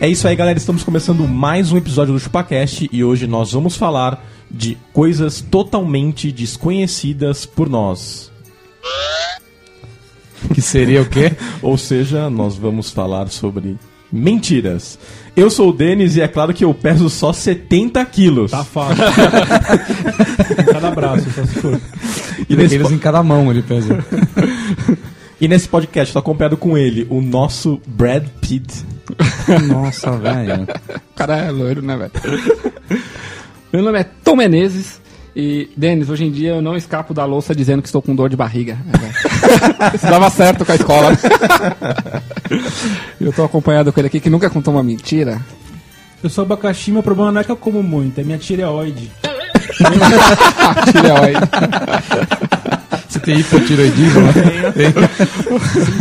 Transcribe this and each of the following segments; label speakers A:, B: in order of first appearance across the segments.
A: É isso aí, galera. Estamos começando mais um episódio do ChupaCast e hoje nós vamos falar de coisas totalmente desconhecidas por nós.
B: Que seria o quê?
A: Ou seja, nós vamos falar sobre mentiras. Eu sou o Denis e é claro que eu peso só 70 quilos.
C: Tá fácil. Cada braço, só se for.
A: e, nesse,
B: Daqueles em cada mão ele pesa.
A: e nesse podcast estou acompanhado com ele, o nosso Brad Pitt.
B: Nossa, velho.
D: O cara é loiro, né, velho? Meu nome é Tom Menezes e, Denis, hoje em dia eu não escapo da louça dizendo que estou com dor de barriga. É, velho. Isso dava certo com a escola. eu tô acompanhado com ele aqui que nunca contou uma mentira.
C: Eu sou abacaxi, meu problema não é que eu como muito, é minha tireoide.
D: Tireoide.
B: Você tem hipotiroidismo? né?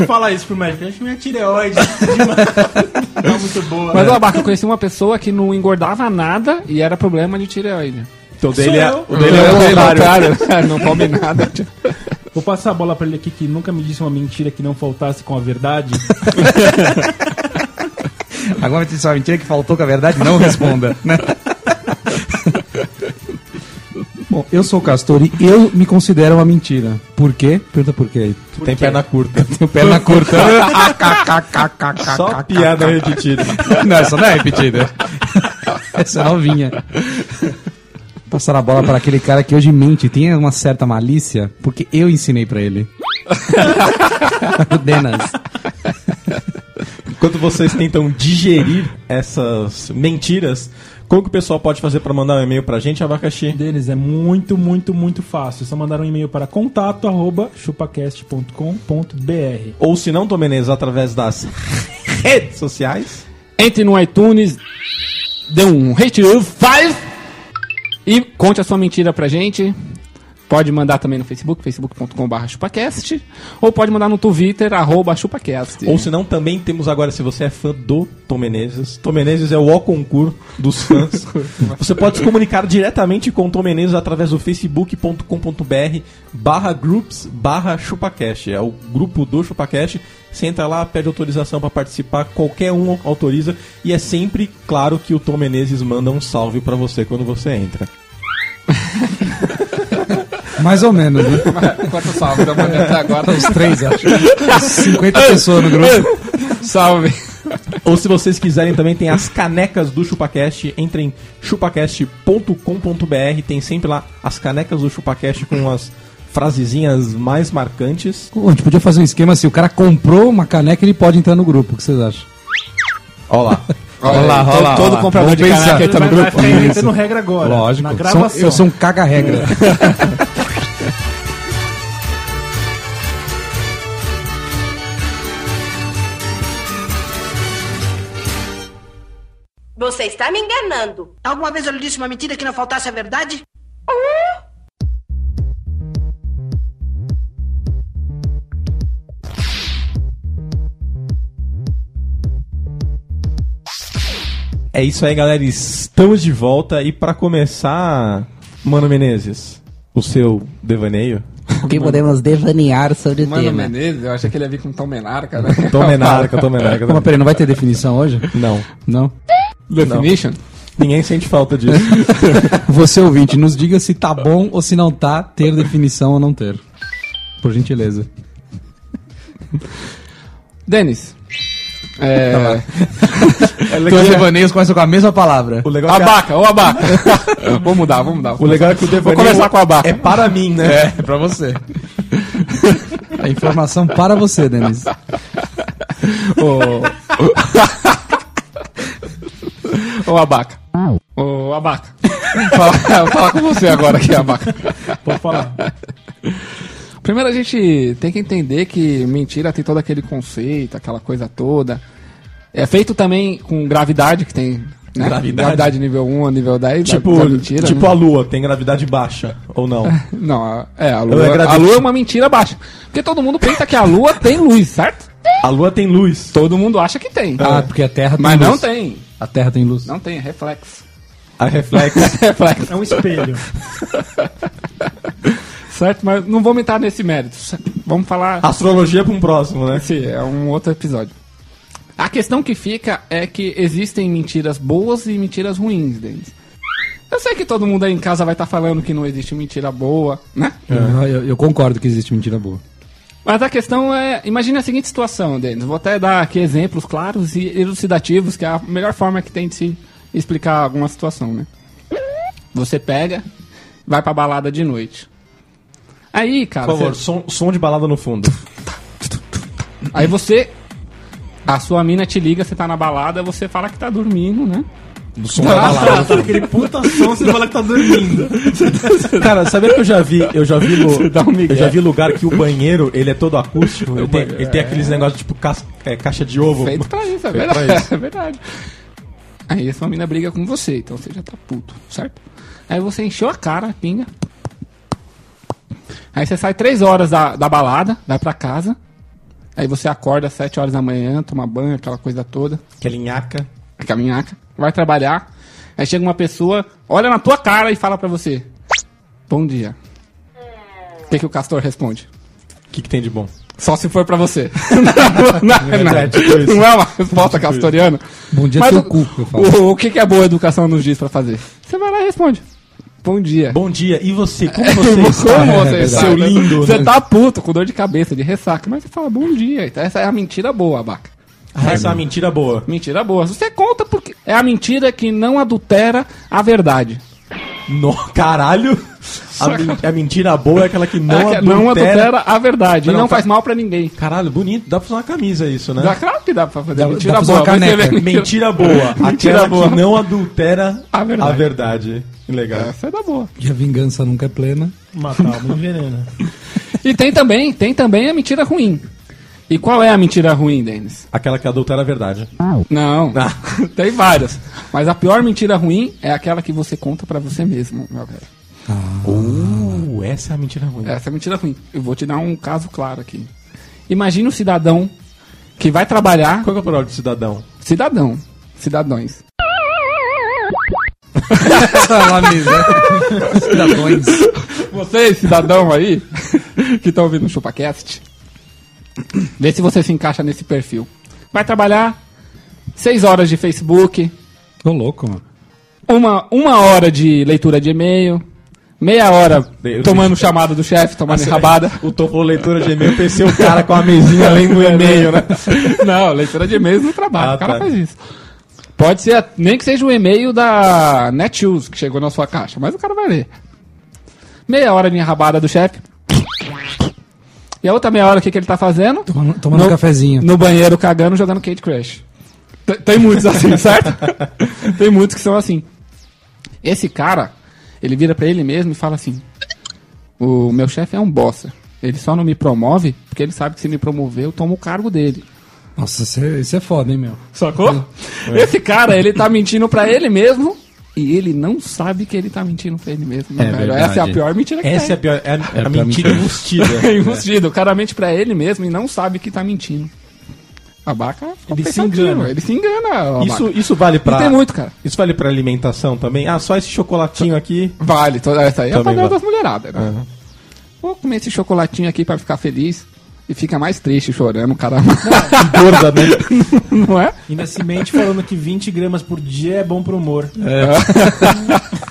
C: Fala isso pro médico, acho que minha tireoide é demais. tá muito boa.
D: Mas,
C: né?
D: ó, Barco, eu conheci uma pessoa que não engordava nada e era problema de tireoide.
A: Então, o dele é,
C: eu.
A: o dele é o contrário.
D: contrário. né? Não come nada.
C: Vou passar a bola pra ele aqui que nunca me disse uma mentira que não faltasse com a verdade.
B: Agora você só mentira que faltou com a verdade, não responda. né? Bom, eu sou o Castor e eu me considero uma mentira. Por quê? Pergunta por quê aí. Ah,
A: Tem perna curta.
B: Tenho perna curta.
A: Só piada repetida.
B: Não, essa não é repetida. Essa é novinha. Passar a bola para aquele cara que hoje mente, tem uma certa malícia, porque eu ensinei para ele. o Denas.
A: Enquanto vocês tentam digerir essas mentiras, como que o pessoal pode fazer pra mandar um e-mail pra gente, Abacaxi?
C: Denis, é muito, muito, muito fácil. É só mandar um e-mail para contato arroba chupacast.com.br.
A: Ou se não, Tom Menezes, através das redes sociais.
D: Entre no iTunes, dê um rate review, five e conte a sua mentira pra gente. Pode mandar também no Facebook, facebook.com.br chupacast, ou pode mandar no Twitter, arroba chupacast.
A: Ou se não, também temos agora, se você é fã do Tom Menezes. Tom Menezes é o ao concurso dos fãs. você pode se comunicar diretamente com o Tom Menezes através do facebook.com.br barra groups barra chupacash. É o grupo do chupacash. Você entra lá, pede autorização pra participar, qualquer um autoriza. E é sempre claro que o Tom Menezes manda um salve pra você quando você entra.
B: Mais ou menos, né?
D: Quanto salve da manhã até agora?
B: Uns três, acho. Uns 50 pessoas no grupo.
D: Salve.
A: Ou se vocês quiserem também, tem as canecas do ChupaCast. Entrem em chupacast.com.br. Tem sempre lá as canecas do ChupaCast com as frasezinhas mais marcantes.
B: Pô, a gente podia fazer um esquema assim, o cara comprou uma caneca, ele pode entrar no grupo. O que vocês acham?
A: Olha lá.
D: Olha lá,
A: Então,
D: olha lá. Todo comprador de
B: Vamos pensar.
D: caneca aí tá no
C: Vai- vai
D: grupo.
C: ficar inventando regra agora.
B: Lógico.
C: Na
B: Sou-
C: gravação.
B: eu sou um caga-regra.
E: Você está me enganando.
F: Alguma vez eu lhe disse uma mentira que não faltasse a verdade?
A: É isso aí, galera. Estamos de volta. E pra começar, Mano Menezes, o seu devaneio.
G: O que podemos devanear sobre o
D: Mano
G: tema?
D: Menezes, eu achei que ele ia vir com Tom Menarca, né?
A: Tom Menarca, Tom Menarca.
B: Não, mas
A: Tom-
B: peraí, não vai ter definição hoje?
A: Não,
B: Não.
D: Definition?
A: ninguém sente falta disso.
B: Você ouvinte, nos diga se tá bom ou se não tá, ter definição ou não ter. Por gentileza.
D: Denis. É...
A: É
B: Teus
A: legal-
B: devaneios começam com a mesma palavra.
A: o legal é que a-
D: Abaca, ô abaca. vamos mudar, vamos mudar.
A: o legal é que o devaneio
D: conversar com a Baca.
A: é para mim, né?
B: É, pra você. A informação para você, Denis.
D: É. Ô abaca. Ô abaca. Fala- Vou falar com você agora aqui, abaca.
C: Pode falar.
D: Primeiro a gente tem que entender que mentira tem todo aquele conceito, aquela coisa toda. É feito também com gravidade, que tem. né?
A: Gravidade.
D: nível 1 a nível 10. da-
A: Tipo,
D: da mentira,
A: tipo
D: né?
A: a lua, tem gravidade baixa, ou não?
D: Não, a- é, a
A: Ela é
D: lua,
A: gravidade.
D: a lua é uma mentira baixa. Porque todo mundo pensa que a lua tem luz, certo?
A: A lua tem luz.
D: Todo mundo acha que tem.
B: Ah, porque a Terra tem
D: Mas
B: luz.
D: não tem.
B: A Terra tem luz.
D: Não tem, é reflexo.
A: A reflexo.
D: reflexo.
C: É um espelho.
D: Certo? Mas não vou entrar nesse mérito. Vamos falar.
A: Astrologia pra um próximo, né?
D: Esse é um outro episódio. A questão que fica é que existem mentiras boas e mentiras ruins, Denis. Eu sei que todo mundo aí em casa vai estar falando que não existe mentira boa, né?
B: Eu- Eu, eu concordo que existe mentira boa.
D: Mas a questão é, imagine a seguinte situação, Denis. Vou até dar aqui exemplos claros e elucidativos, que é a melhor forma que tem de se explicar alguma situação, né? Você pega, vai pra balada de noite. Aí, cara,
A: Por favor,
D: você-
A: som, som de balada no fundo.
D: aí você a sua mina te liga, você tá na balada, você fala que tá dormindo, né?
A: Do som da balada.
C: tá aquele puta som, você fala que tá dormindo.
A: Cara, sabia que eu já vi, eu já vi, lu-
D: dá um migué.
A: eu já vi lugar que o banheiro, ele é todo acústico, ele tem, ele tem aqueles negócios tipo cas- é, caixa de ovo.
D: Feito pra isso, é
A: Feito pra
D: verdade.
A: isso.
D: É verdade. Aí a sua mina briga com você, então você já tá puto, certo? Aí você encheu a cara, pinga. Aí você sai três horas da, da balada, vai pra casa. Aí você acorda às 7 horas da manhã, toma banho, aquela coisa toda,
A: Que é linhaca.
D: a caminhaca, vai trabalhar. Aí chega uma pessoa, olha na tua cara e fala pra você: Bom dia. O que, que o castor responde?
A: O que, que tem de bom?
D: Só se for pra você. não, não, não.
A: É, tipo isso. um
D: Não é uma resposta castoriana.
B: Bom dia,
D: Mas
B: seu
D: o-
B: cu, eu falo.
D: O, o que, que a boa educação nos diz pra fazer? Você vai lá e responde. Bom dia.
A: Bom dia, e você? Como você está?
D: Como você
A: É
D: está,
A: seu
D: né?
A: lindo.
D: Você
A: né?
D: tá puto, com dor de cabeça, de ressaca. Mas você fala bom dia. Então essa é a mentira boa, abaca.
A: Ah, Essa é uma mentira boa.
D: Mentira boa. Você conta porque é a mentira que não adultera a verdade.
A: No, caralho! A, men- a mentira boa é aquela que não,
D: é que
A: adultera.
D: não adultera a verdade.
A: Não,
D: e não tá?
A: fa-
D: faz mal pra ninguém.
A: Caralho, bonito. Dá pra fazer uma camisa isso, né?
D: Dá, claro que dá pra fazer.
B: Dá-
D: mentira
B: dá pra fazer
D: boa.
B: uma
D: mas você
B: caneca.
D: vê mentira.
A: Mentira boa.
D: Mentira
A: aquela
D: boa.
A: que não adultera
D: A verdade.
A: verdade. Que legal.
D: Essa é da boa.
B: E a vingança nunca é plena.
C: Matar uma envenena.
D: E tem também, tem também a mentira ruim. E qual é a mentira ruim, Denis?
A: Aquela que adultera a verdade.
D: Ah.
A: Ah.
D: Não, tem várias. Mas a pior mentira ruim é aquela que você conta pra você mesmo, meu velho.
A: Uh, essa é a mentira ruim.
D: Ah. Essa é a mentira ruim. Eu vou te dar um caso claro aqui. Imagina um cidadão que vai trabalhar.
A: Qual que é o plural de cidadão?
D: Cidadão. Cidadões. É
B: Lá mesmo. Cidadões.
D: Vocês, cidadão aí, que estão ouvindo o ChupaCast, vê se você se encaixa nesse perfil. Vai trabalhar seis horas de Facebook,
B: Tô louco, mano.
D: uma, uma hora de leitura de e-mail, meia hora
A: Deus.
D: tomando chamada do chefe, tomando enrabada.
A: O topo leitura de e-mail, pensei o cara com a mesinha lendo o e-mail, né?
D: É, Não, leitura de e-mails no trabalho,
A: Ah,
D: o cara
A: tá.
D: faz isso. Pode ser, a- nem que seja o e-mail da Netshoes que chegou na sua caixa, mas o cara vai ler. Meia hora de enrabada do chefe. E a outra meia hora, o que, que ele tá fazendo?
B: Tomando, tomando
D: No-
B: um cafezinho.
D: No banheiro cagando, jogando Candy Crush. T- tem muitos assim, certo? tem muitos que são assim. Esse cara, ele vira pra ele mesmo e fala assim: O meu chefe é um bosta. Ele só não me promove porque ele sabe que se me promover eu tomo o cargo dele.
B: Nossa, isso é, isso é foda, hein, meu?
D: Sacou? Esse cara, ele tá mentindo pra ele mesmo e ele não sabe que ele tá mentindo pra ele mesmo.
B: É
D: né, velho?
B: verdade.
D: Essa é a pior mentira que
A: Essa é a pior. É a, a mentira embustida.
D: tem. É enrustido. O cara mente pra ele mesmo e não sabe que tá mentindo. A vaca ficou
C: Ele se
D: pensativo,
C: engana.
D: Ele se engana. ó,
A: Isso,
D: abaca.
A: isso vale pra.
D: E tem muito, cara.
A: Isso vale pra alimentação também? Ah, só esse chocolatinho aqui.
D: Vale, toda essa aí é a
A: Também
D: padrão
A: vale.
D: das mulheradas, né? Vou comer esse chocolatinho aqui pra ficar feliz. E fica mais triste chorando, cara.
A: Gorda, né?
D: Não é?
C: Ainda se mente falando que 20 gramas por dia é bom pro humor.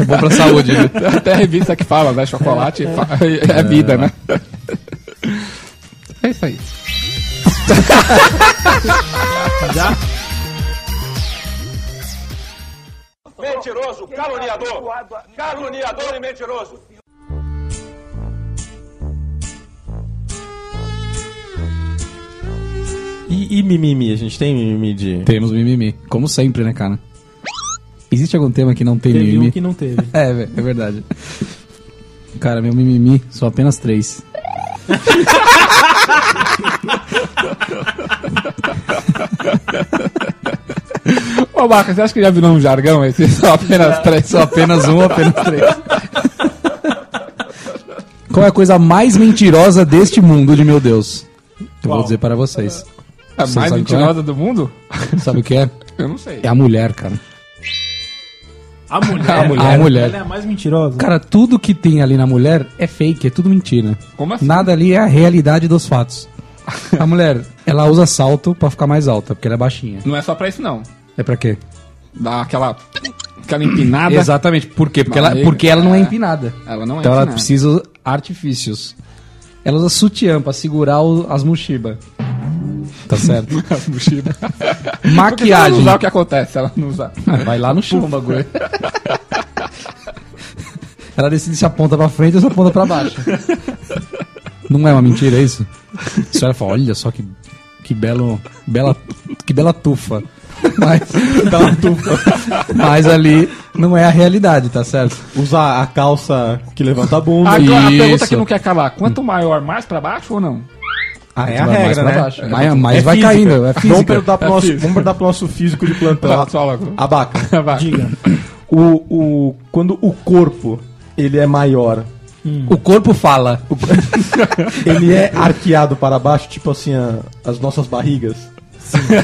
B: Bom pra saúde, né?
D: Tem até a revista que fala, né? Chocolate fa- é, vida, né? É isso aí.
H: Mentiroso, caluniador. Caluniador e mentiroso.
A: E, e mimimi? A gente tem mimimi de.
B: Temos mimimi. Como sempre, né, cara? Existe algum tema que não tem
C: Teve
B: mimimi?
C: um que não teve.
B: É, vé- é verdade. Cara, meu mimimi, só apenas três.
D: Ô, Barca, você acha que já virou um jargão esse? Só apenas três.
B: Só apenas um, apenas três. Qual é a coisa mais mentirosa deste mundo de meu Deus? Eu vou dizer para vocês.
D: A
B: Você sabe
D: mais
B: qual é?
D: mentirosa do mundo?
B: Sabe o que é?
D: Eu não sei.
B: É a mulher, cara.
C: A mulher.
D: A mulher.
B: A mulher.
C: Ela é a mais mentirosa.
B: Cara, tudo que tem ali na mulher é fake, é tudo mentira.
D: Como assim?
B: Nada ali é a realidade dos fatos. A mulher, ela usa salto pra ficar mais alta, porque ela é baixinha.
D: Não é só pra isso, não.
B: É pra quê?
D: Dá aquela. aquela empinada.
B: Exatamente. Por quê? Porque ela,
D: Aí,
B: porque ela não é
D: é.
B: empinada.
D: Ela não é
B: Então ela
D: empinada.
B: precisa usar artifícios. Ela usa sutiã pra segurar o- as mochibas. Tá certo.
D: As mochilas. Porque se ela não
B: Maquiagem.
D: usar o que acontece, se ela não usar.
B: Ah, Vai lá no chão o bagulho. Ela decide se aponta pra frente ou se aponta pra baixo. Não é uma mentira é isso? A senhora fala, olha só que, que belo. Bela, que bela tufa. Mas, Mas ali não é a realidade, tá certo?
A: Usar a calça que levanta a bunda.
D: Agora, a pergunta
B: Isso.
D: que não quer acabar: quanto maior, mais pra baixo ou não?
A: Ah, é
B: Vai
A: a
B: mais
A: regra,
B: pra
A: né?
B: baixo. Mas, mas vai
A: física.
B: caindo, é
A: Vamos
B: física.
A: perguntar pro nosso, vamos perguntar pro nosso físico de plantão.
D: Fala, Saulo.
A: Abaca.
D: Vai.
A: Diga. O, o, quando o corpo ele é maior,
B: O corpo fala.
A: ele é arqueado para baixo, tipo assim, a- as nossas barrigas.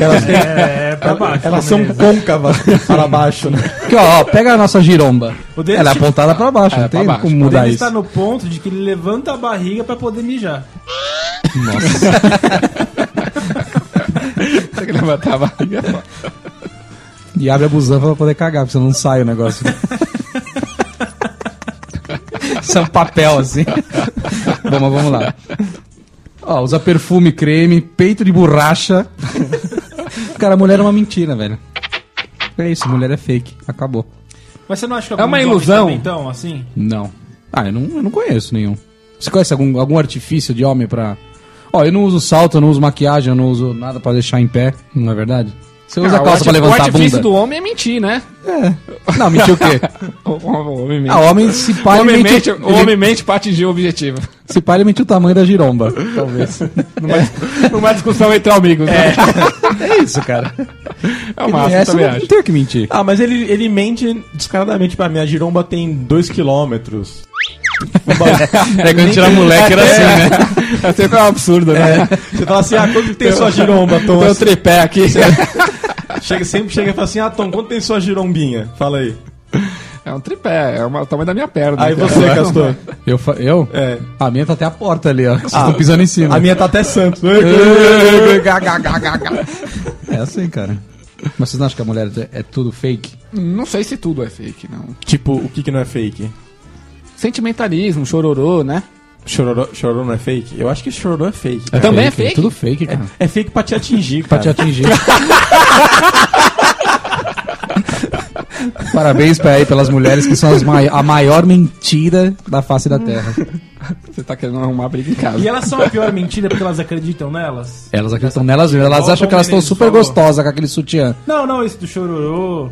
A: Elas, têm-
C: É, pra baixo.
A: elas são côncavas para baixo, né?
B: Aqui, ó, ó, pega a nossa giromba.
C: O dedo
B: Ela é
C: tipo-
B: apontada pra baixo,
D: É,
B: não
D: pra
B: tem
D: baixo.
B: como
C: O
B: mudar
C: Denis
B: isso.
C: está tá no ponto de que ele levanta a barriga pra poder mijar.
D: Tem que levantar a barriga. é
B: E abre a busanfa pra poder cagar, porque senão não sai o negócio. Isso é um papel assim. Bom, mas vamos lá. Ó, usa perfume, creme, peito de borracha. Cara, mulher é uma mentira, velho. É isso, mulher é fake. Acabou.
C: Mas você não acha que
D: É uma
C: alguns homens
D: ilusão.
C: também Então, assim.
B: Não. Ah, eu não, eu não conheço nenhum. Você conhece algum, algum artifício de homem pra. Ó, eu não uso salto, eu não uso maquiagem, eu não uso nada pra deixar em pé, não é verdade? Você usa
D: Ah, o
B: calça pra
D: arti-
B: levantar
D: O
B: a bunda?
D: artifício do homem é mentir, né?
B: Não, mentiu o quê?
D: O o homem mente.
B: Ah, homem se pá,
D: o homem
B: ele mente-
D: mente, o
B: ele-
D: homem mente pra atingir o objetivo.
B: Se pá, ele mente o tamanho da giromba, talvez.
D: Numa discussão entre amigos. É, né?
B: É isso, cara.
D: é o máximo,
B: Essa
D: também
B: não, não
D: acho.
B: tem o que mentir.
A: Ah, mas ele, ele mente descaradamente pra mim. A giromba tem 2km.
B: É quando tirar moleque era assim, né?
D: Até que é um absurdo, né?
A: Você fala assim, ah, quanto que tem sua giromba, Tom?
D: Tem um tripé aqui.
A: Chega, sempre chega e fala assim, ah, Tom, quanto tem sua girombinha? Fala aí.
D: É um tripé, é uma- o tamanho da minha perna. então.
A: Aí você, Castor.
B: Eu? fa- eu?
A: É.
B: A minha tá até a porta ali, ó. que Vocês estão pisando em cima.
A: A minha tá até Santos.
B: É assim, cara. Mas vocês não acham que a mulher é tudo fake?
D: Não sei se tudo é fake, não.
A: tipo, o que que não é fake?
D: Sentimentalismo, chororô, né?
A: Chororô, chororô não é fake? Eu acho que chororô é fake. cara.
D: Também é fake?
B: tudo fake, cara.
A: É fake pra te atingir,
B: Pra
A: cara.
B: te atingir. Parabéns pra aí pelas mulheres que são as mai- a maior mentira da face da Terra.
D: Você tá querendo arrumar briga em casa.
C: E elas são a pior mentira porque elas acreditam nelas?
B: Elas acreditam nelas mesmas. Elas
C: Volta
B: acham
C: ao
B: que elas estão
C: Menezes,
B: super
C: por favor.
B: gostosas com aquele sutiã.
C: Não, não, esse do chororô.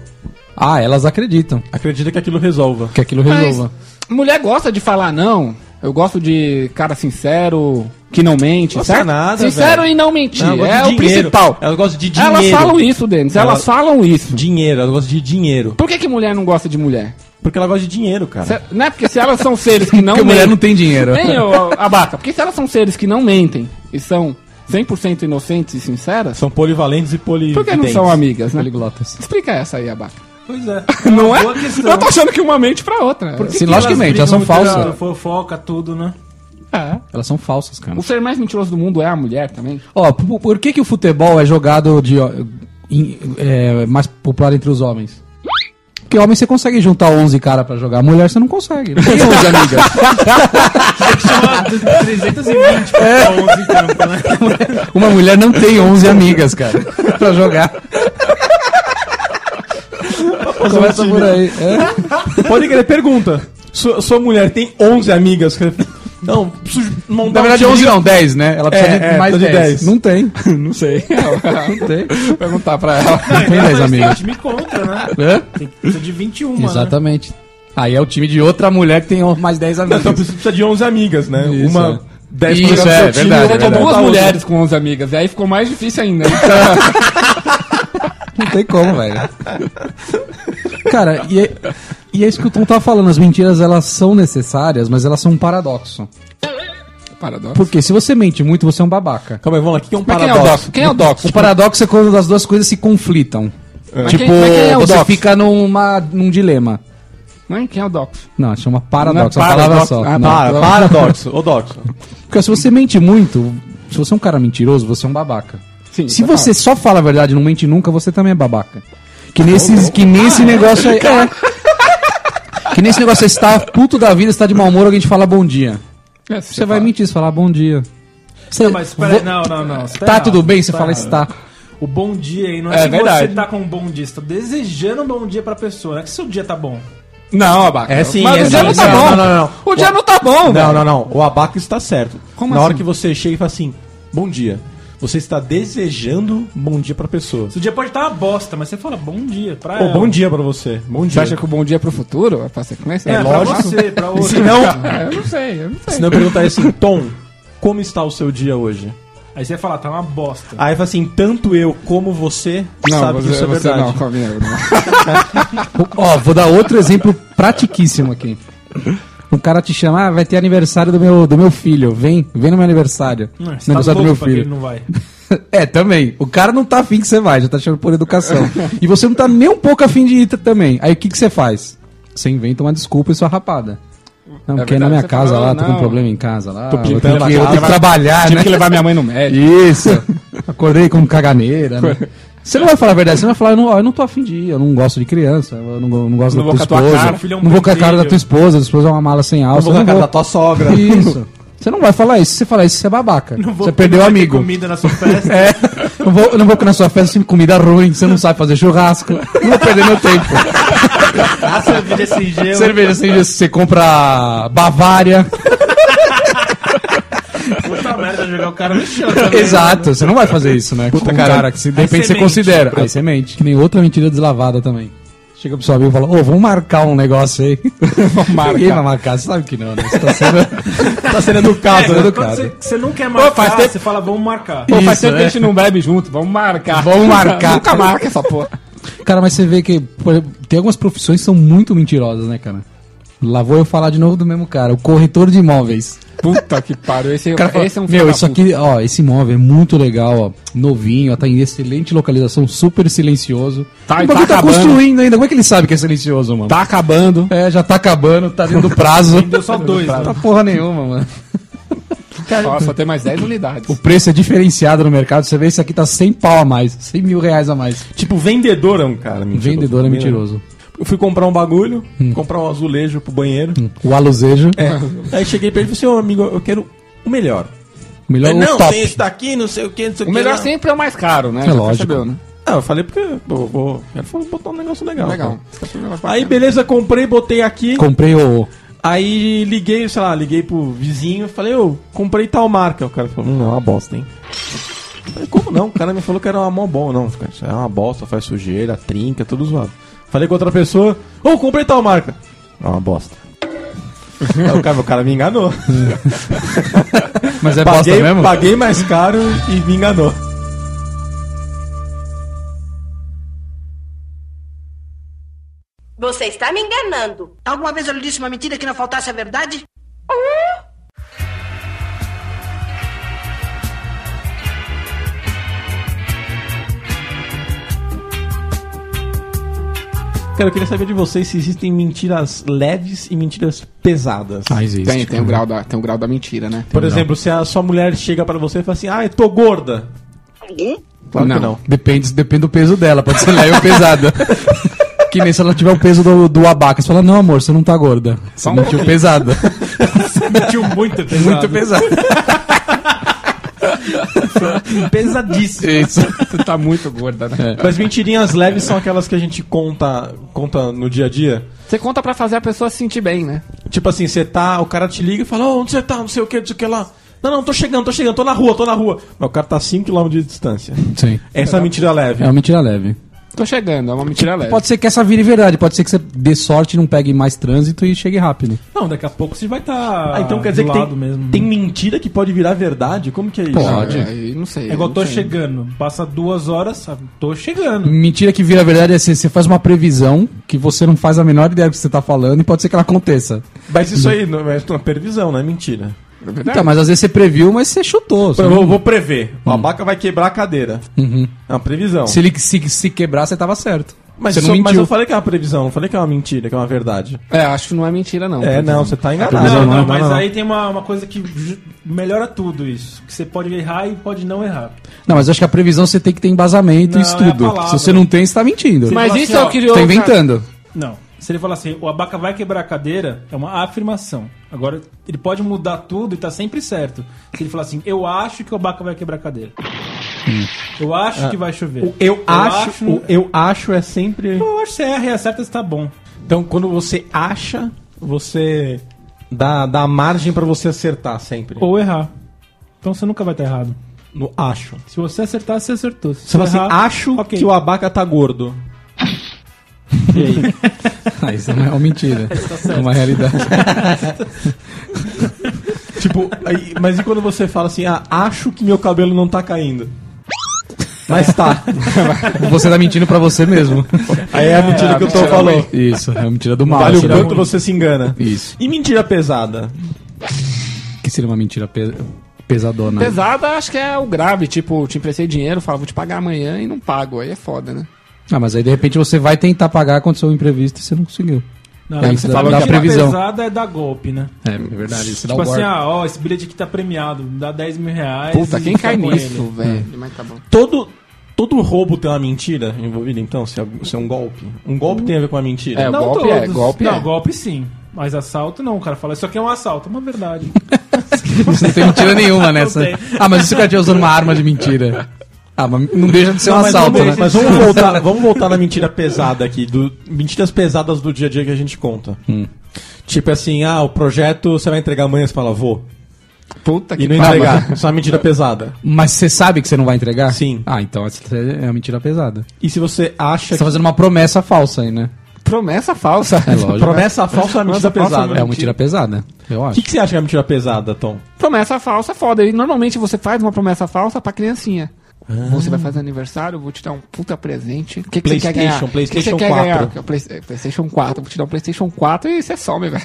B: Ah, elas acreditam
A: Acredita que aquilo resolva.
B: que aquilo
D: Mas
B: resolva.
D: mulher gosta de falar não. Eu gosto de cara sincero, que não mente,
A: Gosta
D: certo?
A: nada,
D: sincero
A: velho.
D: e não mentir.
A: Não, eu gosto
D: é
A: de
D: o
A: dinheiro.
D: principal.
A: Elas gostam de dinheiro.
D: Elas falam isso, Denis. Elas
A: Elas-
D: falam isso.
A: Dinheiro, elas gostam de dinheiro.
D: Por que, que mulher não gosta de mulher?
A: Porque eela gosta de dinheiro, cara.
D: Se- Não é porque se elas são seres que não
B: Porque a mulher não tem dinheiro.
A: né?
D: Nem eu, abaca. Porque se elas são seres que não mentem e são 100% inocentes e sinceras,
A: São polivalentes e polividentes.
D: por que não são amigas, né?
B: Poliglotas.
D: Explica essa aí, abaca.
C: Pois é.
D: Não é?
C: Boa questão.
D: Eu tô achando que uma mente pra outra.
B: Sim, logicamente, elas ah,
C: Elas
B: são
C: brigam muito
B: falsas.
C: pela Fofoca, tudo, né?
D: É.
B: Elas são falsas, cara.
D: O ser mais mentiroso do mundo é a mulher também.
B: Ó, por, por que, que o futebol é jogado de, ó, em- é, mais popular entre os homens? Porque homem você consegue juntar 11 caras pra jogar, mulher você não consegue. Não tem 11 amigas.
C: 320 pra 11 em campo, né?
B: Uma mulher não tem 11 amigas, cara, pra jogar. Começa por aí. É.
A: Pode querer pergunta. Sua, sua mulher tem 11 amigas? Não, preciso
C: tipo,
A: montar
B: Na verdade,
A: um
B: 11
A: time.
B: não, 10, né? Ela precisa
A: É,
B: de
A: é,
B: mais
A: precisa
B: 10.
A: de 10.
B: Não tem.
D: Não sei.
B: Não tem.
D: Vou perguntar pra ela.
B: Não tem 10
C: Mas tem
B: amigas.
C: que me contra, né?
B: Hã?
C: Tem que ser de 21, né?
B: Exatamente. Aí é o time de outra mulher que tem mais 10
A: Então
B: amigas.
A: precisa de 11 amigas, né?
B: Isso,
A: Uma 10
D: Isso,
A: programas
D: é,
A: do seu time,
D: verdade.
A: eu vou
D: Eu tinha
A: montar
D: duas
A: outro.
D: mulheres com 11 amigas, e aí ficou mais difícil ainda. né?
B: Não tem como, velho. Cara, e é, e é isso que o Tom tá falando. As mentiras, elas são necessárias, mas elas são um paradoxo.
D: Paradoxo.
B: Porque se você mente muito, você é um babaca.
A: Calma aí, vamos lá. O que que é um
D: Mas quem é o
A: paradoxo?
D: Doxo? Quem é o Doxo?
B: O paradoxo é quando as duas coisas se conflitam.
D: Mas
B: Tipo,
D: quem- mas quem é o
B: você
D: Doxo?
B: fica numa, num dilema.
D: Mãe, quem é o Doxo?
B: Não, chama
D: Não é
B: paradoxo, é uma palavra
D: paradoxo.
B: só.
D: Ah,
B: Não.
D: tá.
A: Para, paradoxo. Ô, Doxo.
B: Porque se você mente muito, se você é um cara mentiroso, você é um babaca.
D: Sim,
B: se
D: total.
B: você só fala a verdade e não mente nunca, você também é babaca. Que nesse, que nesse
C: Ah,
B: negócio aí. é. que nesse negócio aí, você tá puto da vida, você tá de mau humor, alguém te fala bom dia.
D: É,
B: Você, vai mentir, você fala bom dia. Você,
C: Mas peraí,
B: vo-
C: não, não, não. você
B: Tá
C: errado,
B: tudo bem? Você
C: tá
B: fala
C: errado.
B: está.
C: O bom dia aí não é,
D: É
C: que
D: verdade.
C: você tá com um bom dia, você tá desejando um bom dia pra pessoa, não é que seu dia tá bom.
D: Não, abaca.
A: É sim,
D: Mas
A: é
D: o dia
A: sim.
D: não tá
A: Não,
D: bom.
A: não, não, não.
D: O dia não tá bom,
A: Não,
D: velho.
A: não, não. O abaco está certo.
D: Como
A: Na hora
D: assim?
A: que você chega e fala assim, bom dia. Você está desejando bom dia pra pessoa.
C: Seu dia pode estar uma bosta, mas você fala bom dia pra
A: Pô,
C: ela.
A: bom dia pra você. Bom
D: Você
A: dia.
D: acha que o bom dia é pro futuro? É pra sequência?
C: É,
D: É,
C: pra
A: lógico.
C: você, pra outra.
A: Se não,
D: É, eu não sei, eu não sei.
A: se não eu perguntar assim, Tom, como está o seu dia hoje?
C: Aí você fala, tá uma bosta.
A: Aí fala assim, tanto eu como você
D: Não,
A: sabe
D: você,
A: que isso é
D: você
A: verdade.
D: não, Calminha, eu não.
B: Ó, vou dar outro exemplo pratiquíssimo aqui. Um cara te chama, ah, vai ter aniversário do meu, do meu filho, vem, vem no meu aniversário.
C: Não,
B: No
C: você tá
B: aniversário do meu
C: louco pra que
B: filho.
C: ele não vai. Tá
B: É, também. O cara não tá afim que você vai, já tá achando por educação. E você não tá nem um pouco afim de ir t- também. Aí o que, que você faz? Você inventa uma desculpa e sua rapada. Não,
D: É
B: porque é
D: verdade,
B: na minha
D: você
B: casa
D: fala,
B: lá,
D: não.
B: tô com um problema em casa lá. Tô eu
D: pintando
B: tenho
D: a
B: que, eu
D: casa,
B: tenho que
D: vai-
B: trabalhar,
D: Tive
B: né?
D: que levar minha mãe no médico.
B: Isso. Acordei com caganeira, né? Você não vai falar a verdade, você não vai falar, eu não, ó, eu não tô afim de ir, eu não gosto de criança, eu não, go- não gosto
D: Não
B: da
D: vou
B: tua
D: com a tua
B: esposa.
D: cara, o
C: filho é um
B: não vou com a cara da
C: pentelho.
B: tua esposa, a tua esposa é uma mala sem
A: Eu
B: alça.
A: vou
B: eu
A: na casa
B: não
A: da tua sogra.
B: Isso. Você não vai falar isso, se você falar isso, você é babaca. Você perdeu o
C: não vai ter
B: amigo.
C: comida na sua festa.
B: É, eu, vou, eu não vou na sua festa sem comida ruim, você não sabe fazer churrasco. Não vou perder meu tempo.
C: A cerveja sem gelo. é
B: Cerveja sem gelo, você compra Bavária.
C: Puta merda, jogar o cara no chão. também,
B: Exato, você não vai fazer isso, né? Com um cara, tipo, que se, de
C: Aí
B: repente
C: você
B: você
C: mente.
B: considera. Aí você mente. Que nem outra mentira deslavada também. Chega pro seu amigo e fala, ô, vamos marcar um negócio aí. Ninguém vai marcar, você sabe que não, né? Você tá sendo...
A: Tá sendo
B: É,
A: educado,
C: né?
A: né?
C: Quando você, você não quer marcar,
D: faz tempo-
C: você fala, vamos marcar.
D: Pô, faz
B: Isso,
D: tempo que
B: é.
D: a gente não bebe junto, vamos marcar.
B: Vamos marcar.
D: Nunca marca essa porra.
B: Cara, mas você vê que por exemplo, tem algumas profissões que são muito mentirosas, né, cara? Lá vou eu falar de novo do mesmo cara, o corretor de imóveis.
D: Puta que pariu. Esse,
B: O cara fala,
D: esse é um filho
B: meu,
D: da
B: isso
D: puta.
B: aqui, ó, esse imóvel é muito legal, ó, novinho, ó, tá em excelente localização, super silencioso.
D: Tá,
B: o
D: e tá
B: bagulho tá
D: acabando.
B: construindo ainda, como é que ele sabe que é silencioso, mano?
D: Tá acabando.
B: É, já tá acabando, tá dentro do prazo.
C: Deu só dois, né?
B: tá porra nenhuma, mano.
D: Ó, só tem mais 10 unidades.
B: O preço é diferenciado no mercado, você vê isso aqui tá 100 pau a mais, 100 mil reais a mais.
A: Tipo, vendedor é um cara mentiroso.
B: Vendedor é
A: Também, né?
B: mentiroso. Hum.
A: Eu fui comprar um bagulho, comprar um azulejo pro banheiro.
B: O alusejo,
A: É. Aí cheguei pra ele e falei assim, ô amigo, eu quero o melhor.
B: melhor
A: Ele,
B: o top.
A: esse daqui, não sei o que, não sei
D: O melhor
A: não.
D: sempre é o mais caro, né?
B: É
D: Já
B: lógico.
D: percebeu, né?
A: Ah, eu falei porque eu vou. Ele falou botar um negócio legal.
D: Legal.
A: cara. Aí, beleza, comprei, botei aqui.
B: Comprei o...
A: Aí liguei, sei lá, liguei pro vizinho falei, ô, comprei tal marca. O cara falou, hum, é uma bosta, hein? Eu Falei, como não? O cara me falou que era uma mão bom, não. Cara, isso é uma bosta, faz sujeira, trinca, tudo zoado. Falei com outra pessoa, ô, comprei tal marca. É uma bosta. Aí o cara, o cara me enganou.
B: Mas é bosta
A: Paguei,
B: mesmo?
A: paguei mais caro e me enganou.
E: Você está me enganando.
F: Alguma vez eu lhe disse uma mentira que não faltasse a verdade?
A: Cara, eu queria saber de vocês se existem mentiras leves e mentiras pesadas.
B: Ah, existe.
D: Tem, tem, o grau da, tem o grau da mentira, né?
A: Por exemplo, se a sua mulher chega pra você e fala assim, ah, eu tô gorda. Claro que não.
B: Depende, depende do peso dela, pode ser leve ou pesada. que nem se ela tiver o peso do, do abaca. Você fala, não, amor, você não tá gorda. Você
D: um
B: mentiu pesada.
C: Mentiu muito pesado.
B: Muito pesada.
A: Pesadíssimo.
B: Isso.
D: Você tá muito gorda, né?
A: Mas mentirinhas leves são aquelas que a gente conta, conta no dia a dia.
D: Você conta pra fazer a pessoa se sentir bem, né?
A: Tipo assim, você tá, o cara te liga e fala, ô, onde você tá? Não sei o que, não sei o que lá. Não, não, tô chegando, tô chegando, tô na rua, tô na rua. Mas o cara tá 5km de distância.
B: Sim.
A: Essa é a mentira leve.
B: É uma mentira leve.
D: Tô chegando, é uma mentira leve.
B: Pode ser que essa vire verdade, pode ser que você dê sorte, não pegue mais trânsito e chegue rápido.
C: Não, daqui a pouco você vai estar.
A: Ah, então quer dizer que tem,
C: mesmo. né?
A: tem mentira que pode virar verdade? Como que é isso?
B: Pode.
D: Aí, não sei.
C: É igual
D: não
C: tô
D: sei.
C: chegando. Passa duas horas, sabe? tô chegando.
B: Mentira que vira verdade é assim, você faz uma previsão que você não faz a menor ideia do que você tá falando e pode ser que ela aconteça.
A: Mas isso aí não é uma previsão, não é mentira.
D: É verdade.
B: Então, mas às vezes você previu, mas você chutou. você
A: Eu
B: não-
A: vou, vou prever. O abaca vai quebrar a cadeira. É uma previsão.
B: Se ele se, se quebrar, você tava certo.
A: Mas,
B: você
A: isso-
B: não
A: mas eu
B: mentiu.
A: falei que é uma previsão, não falei que é uma mentira, que é uma verdade.
D: É, acho que não é mentira, não.
A: É, não, você tá enganado.
C: Não,
B: Não,
C: não,
B: não,
C: mas
B: não, não.
C: aí tem uma, uma coisa que ju- melhora tudo isso. Que você pode errar e pode não errar.
B: Não, mas eu acho que a previsão você tem que ter embasamento e
C: Não, é
B: estudo.
C: a palavra.
B: Se você não tem, você tá mentindo.
C: Sim.
B: Você
D: Mas
C: Fala
D: isso
C: assim,
D: é
C: ó,
D: o que...
B: tá
D: eu-
B: inventando.
C: Não. Se ele falar assim, o abaca vai quebrar a cadeira, é uma afirmação. Agora, ele pode mudar tudo e tá sempre certo. Se ele falar assim, eu acho que o abaca vai quebrar a cadeira.
D: Hum.
C: Eu acho
D: Ah.
C: que vai chover.
A: O eu, acho,
C: não-
A: o eu acho é sempre.
C: Eu acho que se erra e acerta, se tá bom.
A: Então, quando você acha, você dá, dá margem pra você acertar sempre.
C: Ou errar. Então você nunca vai estar errado.
A: No acho.
C: Se você acertar, você acertou. Se
A: Você fala assim,
C: errar,
A: acho
C: ok.
A: que o abaca tá gordo.
B: Ah, isso não é uma mentira.
C: Tá
B: é uma realidade.
A: Tipo, aí- mas e quando você fala assim, ah, acho que meu cabelo não tá caindo? Mas tá.
B: Você tá mentindo pra você mesmo.
A: Aí é a mentira que eu tô falando.
B: Isso, é uma mentira do mal.
A: Vale o
B: será?
A: quanto você se engana.
B: Isso.
A: E mentira pesada?
B: Que seria uma mentira pe- pesadona.
D: Pesada, acho que é o grave. Tipo, te emprestei dinheiro, falo, vou te pagar amanhã e não pago. Aí é foda, né?
B: Ah, mas aí de repente você vai tentar pagar, aconteceu um imprevisto e você não conseguiu.
D: "Ah,
C: Não,
D: é
B: Aí
C: não,
B: você
C: você
B: falou
C: falou
B: que a previsão.
C: pesada é dar golpe, né?
B: É, é verdade. Isso
C: tipo assim, ah, ó, esse bilhete aqui tá premiado, dá 10 mil reais.
D: Puta,
C: e
D: quem
C: fica
D: cai
C: um com
D: nisso,
C: ele.
D: velho? Mas tá bom.
A: Todo, todo roubo tem uma mentira envolvida, então? Se é, se é um golpe? Um golpe tem a ver com uma mentira?
D: É,
C: Não
D: golpe
C: todos.
D: é, golpe
C: não,
D: é.
C: golpe sim. Mas assalto não, o cara fala, isso aqui é um assalto, é uma verdade.
B: Isso não tem mentira nenhuma nessa.
C: tem.
B: Ah, mas e se o cara estiver usando uma arma de mentira? Ah, mas não deixa de ser um
A: Não, mas
B: assalto,
A: vamos-
B: né?
A: Mas vamos voltar, vamos voltar na mentira pesada aqui, do, mentiras pesadas do dia a dia que a gente conta.
B: Hum.
A: Tipo assim, ah, o projeto você vai entregar amanhã, você fala, vou.
D: Puta
A: E
D: que
B: Ah,
A: não
D: pariu.
A: entregar. Isso é uma mentira pesada.
B: Mas você sabe que você não vai entregar?
A: Sim.
B: Ah, então essa é uma mentira pesada.
A: E se você acha
B: Você tá
A: que.
B: fazendo uma promessa falsa aí, né?
D: Promessa falsa.
B: É lógico.
A: Promessa falsa é uma mentira
D: Promessa falsa,
A: pesada.
B: É uma mentira pesada, eu
A: O que,
B: acho.
A: que você acha que é uma mentira pesada, Tom?
D: Promessa falsa é foda. E normalmente você faz uma promessa falsa pra criancinha. Você vai fazer aniversário, eu vou te dar um puta presente. O que, que você quer
A: PlayStation,
D: ganhar? O que
A: PlayStation
D: que você quer
A: 4.
D: ganhar? Que é o Play- é, PlayStation 4. Vou te dar um PlayStation 4 e você some, velho.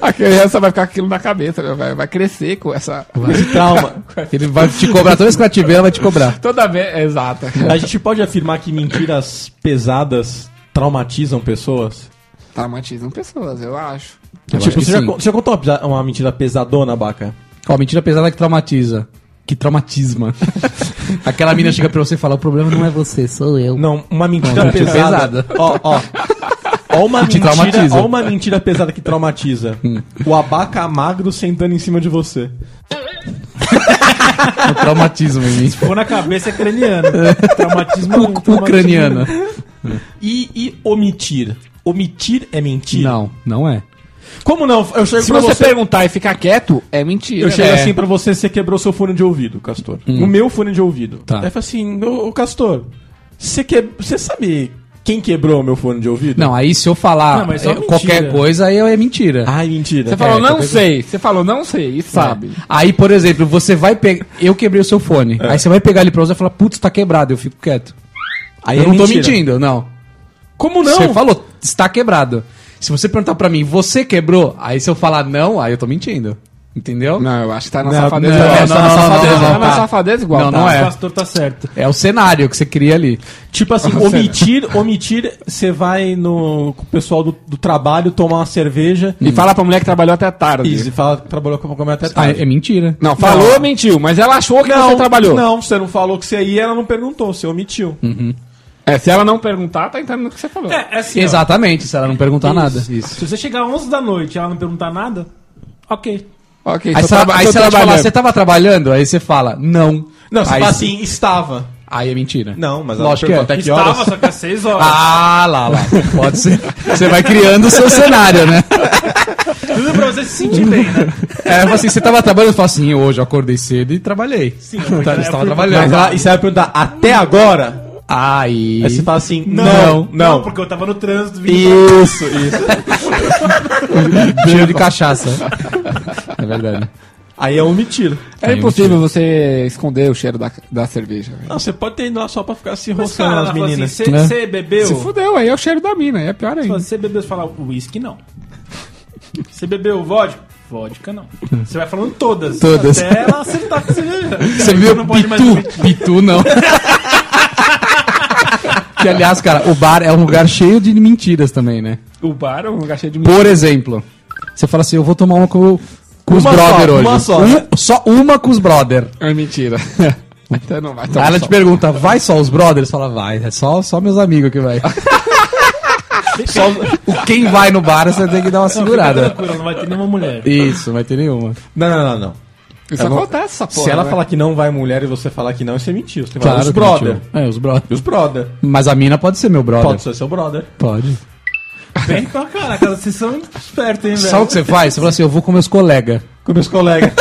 D: a criança vai ficar com aquilo na cabeça, meu, vai, vai crescer com essa.
A: Esse trauma.
B: Ele vai te cobrar, toda vez que ela tiver, ela vai te cobrar.
D: Toda vez. Exata.
A: A gente pode afirmar que mentiras pesadas traumatizam pessoas?
D: Traumatizam pessoas, eu acho.
B: Eu acho
A: tipo,
B: que
A: você já,
B: sim.
A: con- você já contou uma, pesa- uma mentira pesadona, Baca?
B: Ó, mentira pesada que traumatiza. Que traumatisma. Aquela mina chega pra você e fala: o problema não é você, sou eu.
A: Não, uma mentira
B: Uma mentira
A: pesada.
B: pesada.
A: Ó, ó. Ó uma,
B: Que
A: mentira,
B: traumatiza.
A: ó uma mentira pesada que traumatiza. O abaca magro sentando em cima de você.
B: É traumatismo em mim.
C: Ou na cabeça é craniano. Traumatismo não, um traumatismo
B: Ucraniana.
A: E, e omitir? Omitir é mentir?
B: Não, não é.
A: Como não? Eu chego
D: Se
A: pra
D: você,
A: você...
D: perguntar e ficar quieto, é mentira.
A: Eu chego
D: né?
A: assim pra você, você quebrou seu fone de ouvido, Castor. O meu fone de ouvido.
B: Tá.
A: Aí eu falo assim, ô ô, Castor, você, que... você sabe quem quebrou o meu fone de ouvido?
B: Não, aí se eu falar
C: Não, mas isso é
B: eh,
C: mentira.
B: qualquer coisa, aí é mentira.
A: Ai, mentira.
D: Você falou,
B: É,
D: não
B: qualquer
D: sei. Você falou, não sei. E sabe.
B: É. Aí, por exemplo, você vai pegar. Eu quebrei o seu fone. Aí você vai pegar ele pra usar e falar, putz, tá quebrado, eu fico quieto.
A: Aí
B: eu
A: é
B: não tô
A: mentira.
B: mentindo, não.
A: Como
B: Você falou, está quebrado. Se você perguntar pra mim, você quebrou? Aí se eu falar não, aí eu tô mentindo. Entendeu?
D: Não, eu acho que tá na
A: Não,
D: safadeza.
A: não,
D: igual.
A: não,
D: Tá na
A: não, não,
D: safadeza,
B: não,
D: tá na
B: tá.
D: safadeza igual.
B: Não,
D: tá.
B: não
C: O
B: é.
C: pastor tá certo. Tá
B: É o cenário que você cria ali.
A: Tipo assim, omitir, omitir, você vai no com o pessoal do, do trabalho tomar uma cerveja
D: E fala pra mulher que trabalhou até tarde.
A: e fala que trabalhou com a até
B: Ah,
A: tarde.
B: é mentira.
D: Não, falou, mentiu, mas ela achou que você trabalhou.
A: Não, você não falou que você ia, ela não perguntou, você omitiu.
D: É, se ela não perguntar, tá entrando no que você falou.
C: É, é assim, ó.
B: Exatamente, se ela não perguntar nada. Isso.
C: Se você chegar às 11 da noite e ela não perguntar nada, ok.
D: Ok,
B: Aí
D: tô
B: se ela,
D: traba-
B: aí
D: Então tô
B: se ela falar,
D: trabalhando.
B: você tava trabalhando? Aí você fala, não.
A: Não, você
B: aí,
A: fala assim, estava.
B: Aí é mentira.
A: Não, mas
B: Lógico que
A: ela
B: é.
A: perguntou até que horas.
C: Estava, só que às 6 horas.
B: Ah, lá, lá. Pode ser. Você vai criando o seu cenário, né?
C: Tudo pra você se sentir bem, né?
B: É, eu falo assim, você tava trabalhando? Eu falo assim, hoje eu acordei cedo e trabalhei. Sim, então, eu estava
A: Mas
B: trabalhando.
A: ela, e você vai perguntar, até agora?
D: Aí.
A: Aí você fala assim, não,
D: Não,
A: não.
D: não.
C: Porque eu tava no trânsito, vindo
D: Isso, isso.
B: Cheiro de cachaça. É verdade.
A: Aí é um mentira.
D: É impossível você esconder o cheiro da, da cerveja. né? velho.
A: Não, você pode ter ido lá só pra ficar se
C: Mas,
A: roçando
C: cara,
A: nas
C: ela fala
A: meninas.
C: assim,
B: né?
C: Você bebeu?
D: Se fudeu, aí é o cheiro da mina, aí é pior
C: Se
D: ainda.
C: você bebeu, você fala uísque, não. Você bebeu vodka? Vodka, não. Você vai falando todas.
D: Todas.
C: Até ela acertar que você
B: Você viu
C: não pode mais
B: Pitu? Pitu não. que aliás, cara, o bar é um lugar cheio de mentiras também, né?
D: O bar é um lugar cheio de
B: Por exemplo, você fala assim, eu vou tomar uma com, com os
A: Uma
B: brother
A: só,
B: hoje.
A: uma só,
B: Um-
A: né?
B: só uma com os brother.
D: É mentira. então não vai
B: Aí
D: tomar
B: ela
D: sol.
B: te pergunta, vai só os brothers? Fala, vai, é só, só meus amigos que vai. só, o- quem vai no bar, você tem que dar uma segurada.
C: Tranquilo, não vai ter nenhuma mulher.
B: Isso, não vai ter nenhuma.
A: Não, não, não, não.
D: Isso acontece, essa porra.
A: Se ela
D: né?
A: falar que não vai mulher e você falar que não, você mentiu. Tá Você tem que falar,
B: Claro,
A: os
B: que
A: brother.
B: mentiu. É, os brother.
A: E os brother.
B: Mas a mina pode ser meu brother.
A: Pode ser seu brother.
B: Pode.
C: Bem pra caraca, vocês são espertos, hein, velho?
B: Sabe o que você faz? Você fala assim, eu vou com meus colegas.
A: Com meus colegas.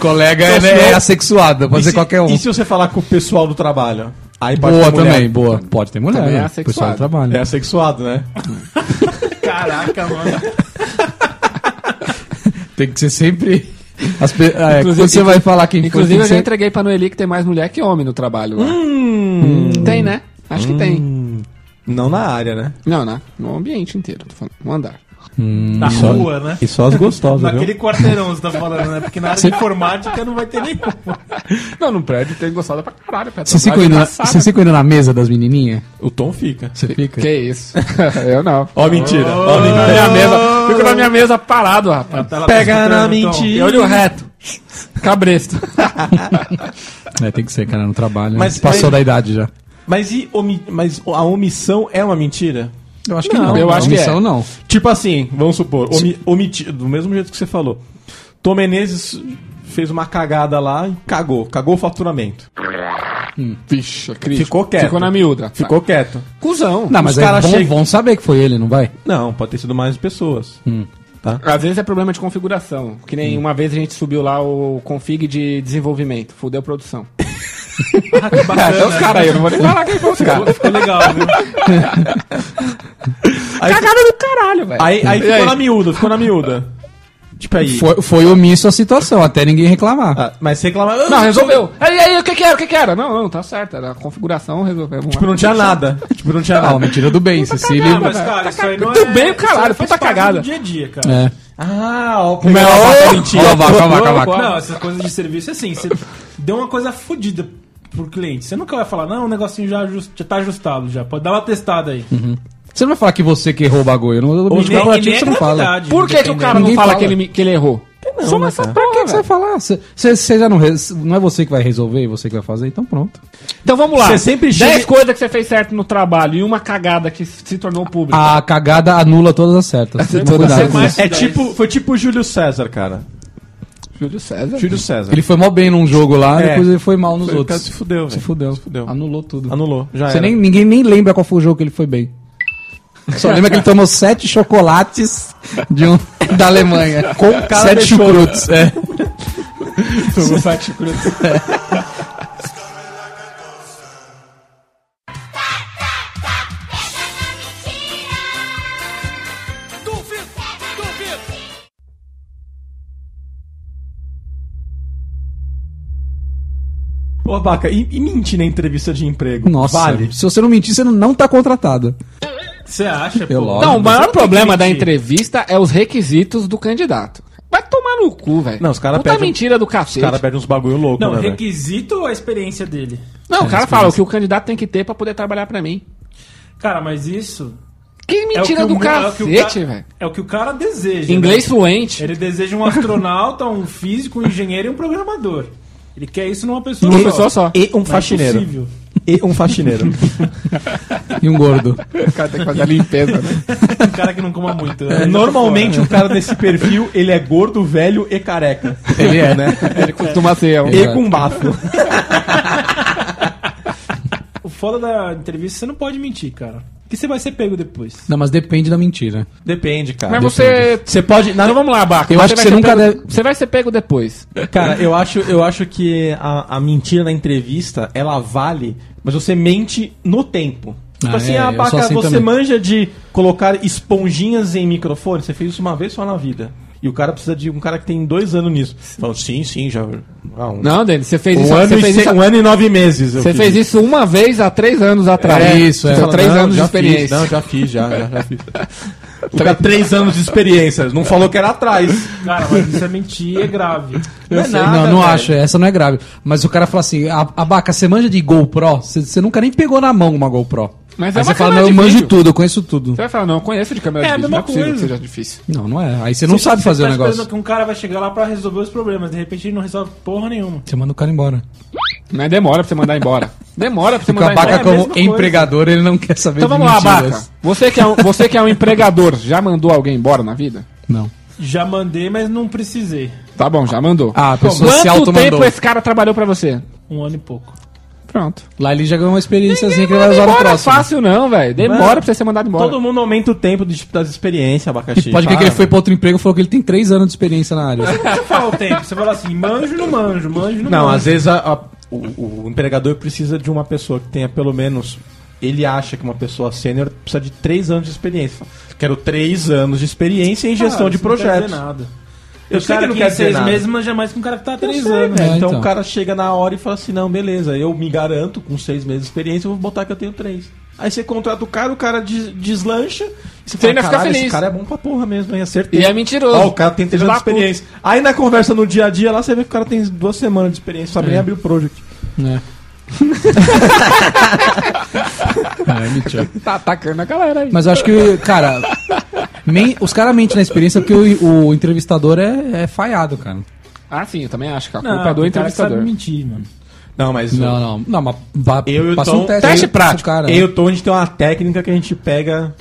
B: Colega é,
A: senão-
B: é assexuado, pode
A: E
B: ser
A: se-
B: qualquer um.
A: E se você falar com o pessoal do trabalho? Aí pode
B: Boa
A: ter mulher.
B: também, boa. Pode ter mulher.
D: Também é
B: né?
D: assexuado.
B: Pessoal do trabalho.
A: É assexuado, né?
C: Caraca, mano.
B: Tem que ser sempre. As pe- ah, é,
D: Inclusive-
B: quando você vai falar quem
D: Inclusive,
B: foi,
D: eu
B: tem
D: já
B: que ser-
D: entreguei pra Noeli que tem mais mulher que homem no trabalho. lá. Tem, né? Acho que tem.
A: Não na área, né?
D: Não, né? No ambiente inteiro, tô falando. No andar. Hum,
C: Na rua, né?
A: E só as gostosas,
C: Naquele quarteirão você tá falando, né? Porque na área de informática não vai ter nenhuma.
D: Não, no prédio tem gostado pra caralho. tá perto
B: Você
D: da
B: fica,
D: praia,
B: indo na,
D: engraçado.
B: você fica indo na mesa das menininhas?
A: O Tom fica.
B: Você fica?
D: Que isso? eu não.
A: Ó, mentira. Ó,
D: Fico na
A: mentira.
D: minha mesa, fico na minha mesa parado, rapaz.
C: tá
A: Pega na
C: então.
D: E
A: mentira.
D: olho reto. Cabresto.
B: É, tem que ser, cara, no trabalho. né?
A: Mas-
B: Passou
A: mas-
B: da idade já.
A: Mas, e omi- mas a omissão é uma mentira?
B: Eu acho
D: que não.
B: Eu
D: Não,
B: acho
D: omissão
B: que é. não.
A: Tipo assim, vamos supor, omi- omitir, do mesmo jeito que você falou. Tom Menezes fez uma cagada lá e cagou. Cagou o faturamento.
D: Vixe, Cris.
A: Ficou quieto.
D: Ficou na miúda. Tá.
A: Ficou quieto.
D: cuzão.
B: Não, mas
A: Os
B: é
A: caras
B: bom,
A: chegam-
B: bom saber que foi ele, não vai?
A: Não, pode ter sido mais pessoas.
D: Às vezes é problema de configuração. Que nem uma vez a gente subiu lá o config de desenvolvimento. Fudeu a produção.
B: É,
D: Até os caras aí, eu não vou nem falar quem foi os caras.
C: Ficou legal, viu?
D: Cagada do caralho, velho.
A: Aí, aí
D: E
A: ficou na miúda, ficou na miúda. Tipo aí.
B: Foi, foi omisso a situação, até ninguém reclamar.
A: Ah, mas você reclama.
D: Não, resolveu. Aí, aí, o que que era? O que que era? Não, não, tá certo. Era a configuração, resolveu. Vamos
A: Tipo,
D: lá.
A: não tinha nada. Tipo, não tinha
B: Ah, uma
A: nada.
B: mentira do bem, Cecília.
C: Ah, mas, cara, isso aí não
D: Muito
C: é...
D: bem, caralho,
C: isso aí
D: puta
C: faz parte
D: cagada.
C: do dia a dia, cara.
B: É.
A: Ah, ó.
B: Não, calma, calma, calma, calma.
C: Não, essas coisas de serviço é assim, você deu uma coisa fodida pro cliente. Você nunca vai falar, não, o negocinho já, ajust- já tá ajustado já. Pode dar uma testada aí.
D: Uhum.
B: Você não vai falar que você que errou o bagulho. No
C: Ou
B: ambiente
C: nem- é
B: corporativo
C: nem
B: você não fala.
C: gravidade,
D: Por que, que o
C: dependendo.
D: cara não
B: Ninguém
D: fala,
B: fala.
D: Que, ele, que ele errou?
A: né,
D: Só nessa
A: cara?
D: assim? porra,
B: Por que, que você
D: velho.
B: vai falar? Você- Você você já não. res- Não é você que vai resolver, você que vai fazer, então pronto.
D: Então vamos lá.
A: Você sempre
D: Dez
A: chega-
D: coisas que você fez certo no trabalho e uma cagada que se tornou pública.
B: A cagada anula todas as certas. Toma cuidado com isso.
A: É tipo, foi tipo o Júlio César, cara.
D: Júlio César.
A: Júlio César.
B: Ele foi mal bem num jogo lá,
A: É.
B: depois ele foi mal nos
A: Foi- O cara
B: outros.
A: se fudeu,
B: Se
A: velho.
B: fudeu.
A: Se fudeu.
B: Anulou tudo.
A: Anulou. Já
B: Você
A: era.
B: nem, ninguém nem lembra qual foi o jogo que ele foi bem. Só lembra que ele tomou sete chocolates de um, da Alemanha. Com
A: cara
B: Sete
A: deixou.
B: chucrutes, é.
A: né? Ô, Abaca, e, e mentir na entrevista de emprego?
B: Nossa,
A: Vale.
B: se você não mentir, você não- não tá contratado.
C: Você acha,
B: Eu lógico.
D: Não, o maior problema da
C: mentir.
D: entrevista é os requisitos do candidato. Vai tomar no cu, velho.
A: Não, os cara
D: Puta
A: pede um-
D: mentira do
A: Os
D: cacete.
A: caras perdem uns bagulho louco,
C: Não,
A: né, velho?
C: requisito ou a experiência dele?
D: Não, o cara fala o que o candidato tem que ter pra poder trabalhar pra mim.
C: Cara, mas isso...
D: Que
C: é o
D: mentira
C: que o
D: do
C: mu- é o que o ca-
D: cacete, velho.
C: É o que o cara deseja.
D: Inglês
C: né?
D: fluente.
C: Ele deseja um astronauta, um físico, um engenheiro e um programador. Ele quer isso numa pessoa
D: Uma pessoa só.
A: E um
C: Não É
A: faxineiro.
C: possível.
A: E um faxineiro.
B: E um gordo.
D: O cara tem que fazer a limpeza, né?
C: um cara que não coma muito.
A: Então,
C: né?
A: Normalmente um cara desse perfil, ele é gordo, velho e careca.
B: Ele é, né?
D: Ele costuma ser. um-
A: E com bafo.
C: O foda da entrevista, você não pode mentir, cara. que você vai ser pego depois.
B: Não, mas depende da mentira.
A: Depende, cara.
D: Mas Então você.
A: Você pode. na-
D: Então vamos lá, Baca.
B: Eu acho que
D: vai
B: você
D: ser
B: nunca
D: pego-
B: deve-
D: Você vai ser pego depois.
A: Cara, eu acho, eu acho que a, a mentira na entrevista, ela vale, mas você mente no tempo. Tipo
B: Ah,
A: assim,
B: é,
A: ah,
B: eu
A: Baca,
B: sou assim
A: você
B: também.
A: manja de colocar esponjinhas em microfone? Você fez isso uma vez só na vida. E o cara precisa de um cara que tem dois anos nisso. Falando, sim, sim, já. ah, um
D: Não, Denis, você fez
A: um
D: isso.
A: ano,
D: você
A: e
D: fez
A: se-
D: isso,
A: um ano e nove meses. eu
D: você
A: fiz
D: fez isso uma vez há três anos atrás.
B: É, isso, é.
D: São
A: Fala,
D: três
A: não,
D: anos de
A: já fiz,
D: experiência.
A: não, já fiz, já, já, já fiz. O cara, três anos de experiência. Não falou que era atrás.
C: Cara, mas isso é mentir e é grave.
A: Não é
B: Sei,
A: nada,
B: não, não
A: velho.
B: acho, essa não é grave. Mas o cara fala assim: "A- Abaca, você manja de GoPro? Você- Você nunca nem pegou na mão uma GoPro.
D: Mas
B: Aí
D: é
B: você
D: uma
B: fala:
D: câmera
B: Não, eu
D: de
B: manjo
D: vídeo."
B: de tudo, eu conheço tudo.
D: Você vai falar, não, eu conheço de câmera
C: É,
D: de
C: a
D: vídeo,
C: mesma
D: não é possível
C: coisa.
D: que seja difícil.
B: Não, não é. Aí você não sabe fazer
C: tá
B: o negócio.
C: esperando que um cara vai chegar lá pra resolver os problemas. De repente ele não resolve porra nenhuma.
B: Você manda o cara embora.
D: Mas é, demora pra você mandar embora. Demora pra você
B: Porque o
D: mandar embora.
B: Abaca,
C: é a
B: como
C: mesma coisa.
B: empregador, ele não quer saber
D: Então
B: de
D: vamos lá,
B: mentiras.
D: Baca. Você que, é um, você que é um empregador, já mandou alguém embora na vida?
B: Não.
C: Já mandei, mas não precisei.
D: Tá bom, já mandou.
B: Ah, a pessoa
D: Quanto
B: se automandou.
D: tempo esse cara trabalhou pra você?
C: Um ano e pouco.
D: Pronto.
B: Lá ele já ganhou uma experiênciazinha que ele vai
D: Não
B: usar no
D: é
B: próximo.
D: fácil não, velho. Demora
A: Mano,
D: pra você ser mandado embora.
A: Todo mundo aumenta o tempo de- das experiências, abacaxi.
B: E Tipo, pode crer que
A: Para.
B: ele foi pra outro emprego e falou que ele tem três anos de experiência na área.
C: Não precisa falar o tempo. Você fala assim, manjo não manjo, manjo não,
A: Não,
C: manjo.
A: às vezes a- a- o, o empregador precisa de uma pessoa que tenha pelo menos. Ele acha que uma pessoa sênior precisa de três anos de experiência. Quero três anos de experiência em
C: Cara,
A: gestão é de
C: isso não quer
A: projetos.
C: dizer nada.
A: Eu
C: Eu
A: sei
C: sei
A: que
C: cara
A: não
C: que
A: quer
C: em
A: dizer
C: seis
A: nada.
C: meses manja mais que um cara que tá há três
A: sei,
C: anos.
A: velho.
B: É,
A: então,
B: então.
A: o cara chega na hora e fala assim: não, beleza, eu me garanto, com seis meses de experiência, eu vou botar que eu tenho três. Aí você contrata o cara, o cara des- deslancha. E você
D: Você ainda
A: fala,
D: fica
A: caralho, esse
D: feliz."
A: cara é bom pra porra mesmo, hein? Acertei.
D: E é mentiroso.
A: Ó, o cara tem três
D: Filho
A: anos de
D: da puta.
A: experiência. Aí na conversa no dia a dia lá, você vê que o cara tem duas semanas de experiência, sabe nem abrir o project.
B: É, mentira.
D: Tá atacando a galera aí.
B: Mas eu acho que, cara, men- os caras mentem na experiência porque o, o entrevistador é, é falhado, cara.
D: Ah, sim, eu também acho que a
C: Não,
D: culpa é do
C: o cara que
D: entrevistador.
C: sabe mentir, mano.
A: Não, mas.
B: Não, não. Não, mas ba-
A: Eu e o
B: passa
A: Tom-
B: um teste.
D: Teste
B: Eu-
D: prático.
B: Cara,
A: Eu e o Tom, a gente tem uma técnica que a gente pega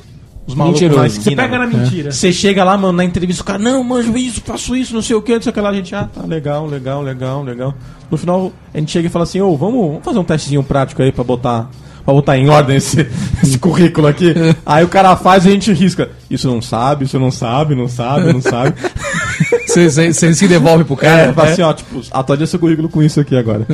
A: os malucos
D: Mentiroso.
A: na
C: Você
A: esquina.
C: pega na
A: mano.
C: mentira.
A: Você chega lá, mano, na entrevista, o cara, não, manjo isso, faço isso, não sei o que, não sei o que lá, a gente, ah, tá legal, legal, legal, legal. No final, a gente chega e fala assim, ô, vamos, vamos fazer um testezinho prático aí pra botar, pra botar em ordem esse, esse currículo aqui. aí o cara faz e a gente risca. Isso não sabe, isso não sabe, não sabe, não sabe.
B: Você você- você se devolve pro
A: É,
B: cara,
A: fala assim, ó, tipo, atualiza seu currículo com isso aqui agora.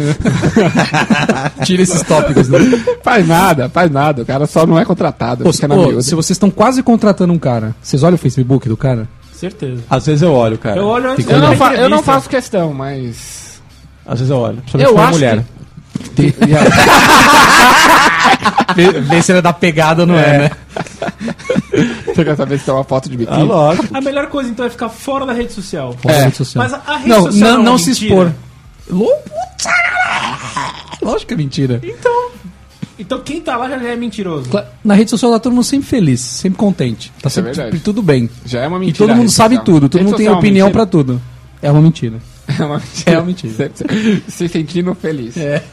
B: tira esses tópicos, né?
D: Faz nada, faz nada. O cara só não é contratado.
B: Pô,
D: fica na
B: pô,
D: miúda.
B: se vocês estão quase contratando um cara, vocês olham o Facebook do cara?
C: Certeza.
A: Às vezes eu olho, né? cara.
C: Eu olho antes
D: Eu
C: de
D: não,
C: dar
D: fa- eu não
C: entrevista.
D: faço questão, mas.
A: Às vezes eu olho. Principalmente
D: Eu
A: pra
D: acho.
A: mulher.
D: que-
B: Vê, vê se ele é da pegada ou não é, né?
D: Você quer saber se tem uma foto de biquíni?
A: Ah, lógico.
C: A melhor coisa então é ficar fora da rede social.
B: Fora da
D: É,
B: rede social.
C: Mas a, a rede
B: Então. não,
C: social
B: não,
C: é
B: não
C: uma
B: se
C: mentira.
B: expor. Lou- Putz, Lógico que é mentira.
C: Então quem tá lá já é mentiroso.
B: Cla- Na rede social tá todo mundo sempre feliz, sempre contente. Tá
D: Isso é
B: sempre
D: verdade.
B: tudo- tudo bem.
D: Já é uma
B: E
D: mentira.
B: todo
D: a
B: mundo
D: rede
B: sabe
D: social.
B: tudo, todo
D: Rede
B: mundo tem
D: social é uma
B: opinião pra
D: mentira.
B: tudo. É uma mentira.
D: É uma mentira.
B: É uma mentira.
D: Se- Se sentindo feliz.
B: É.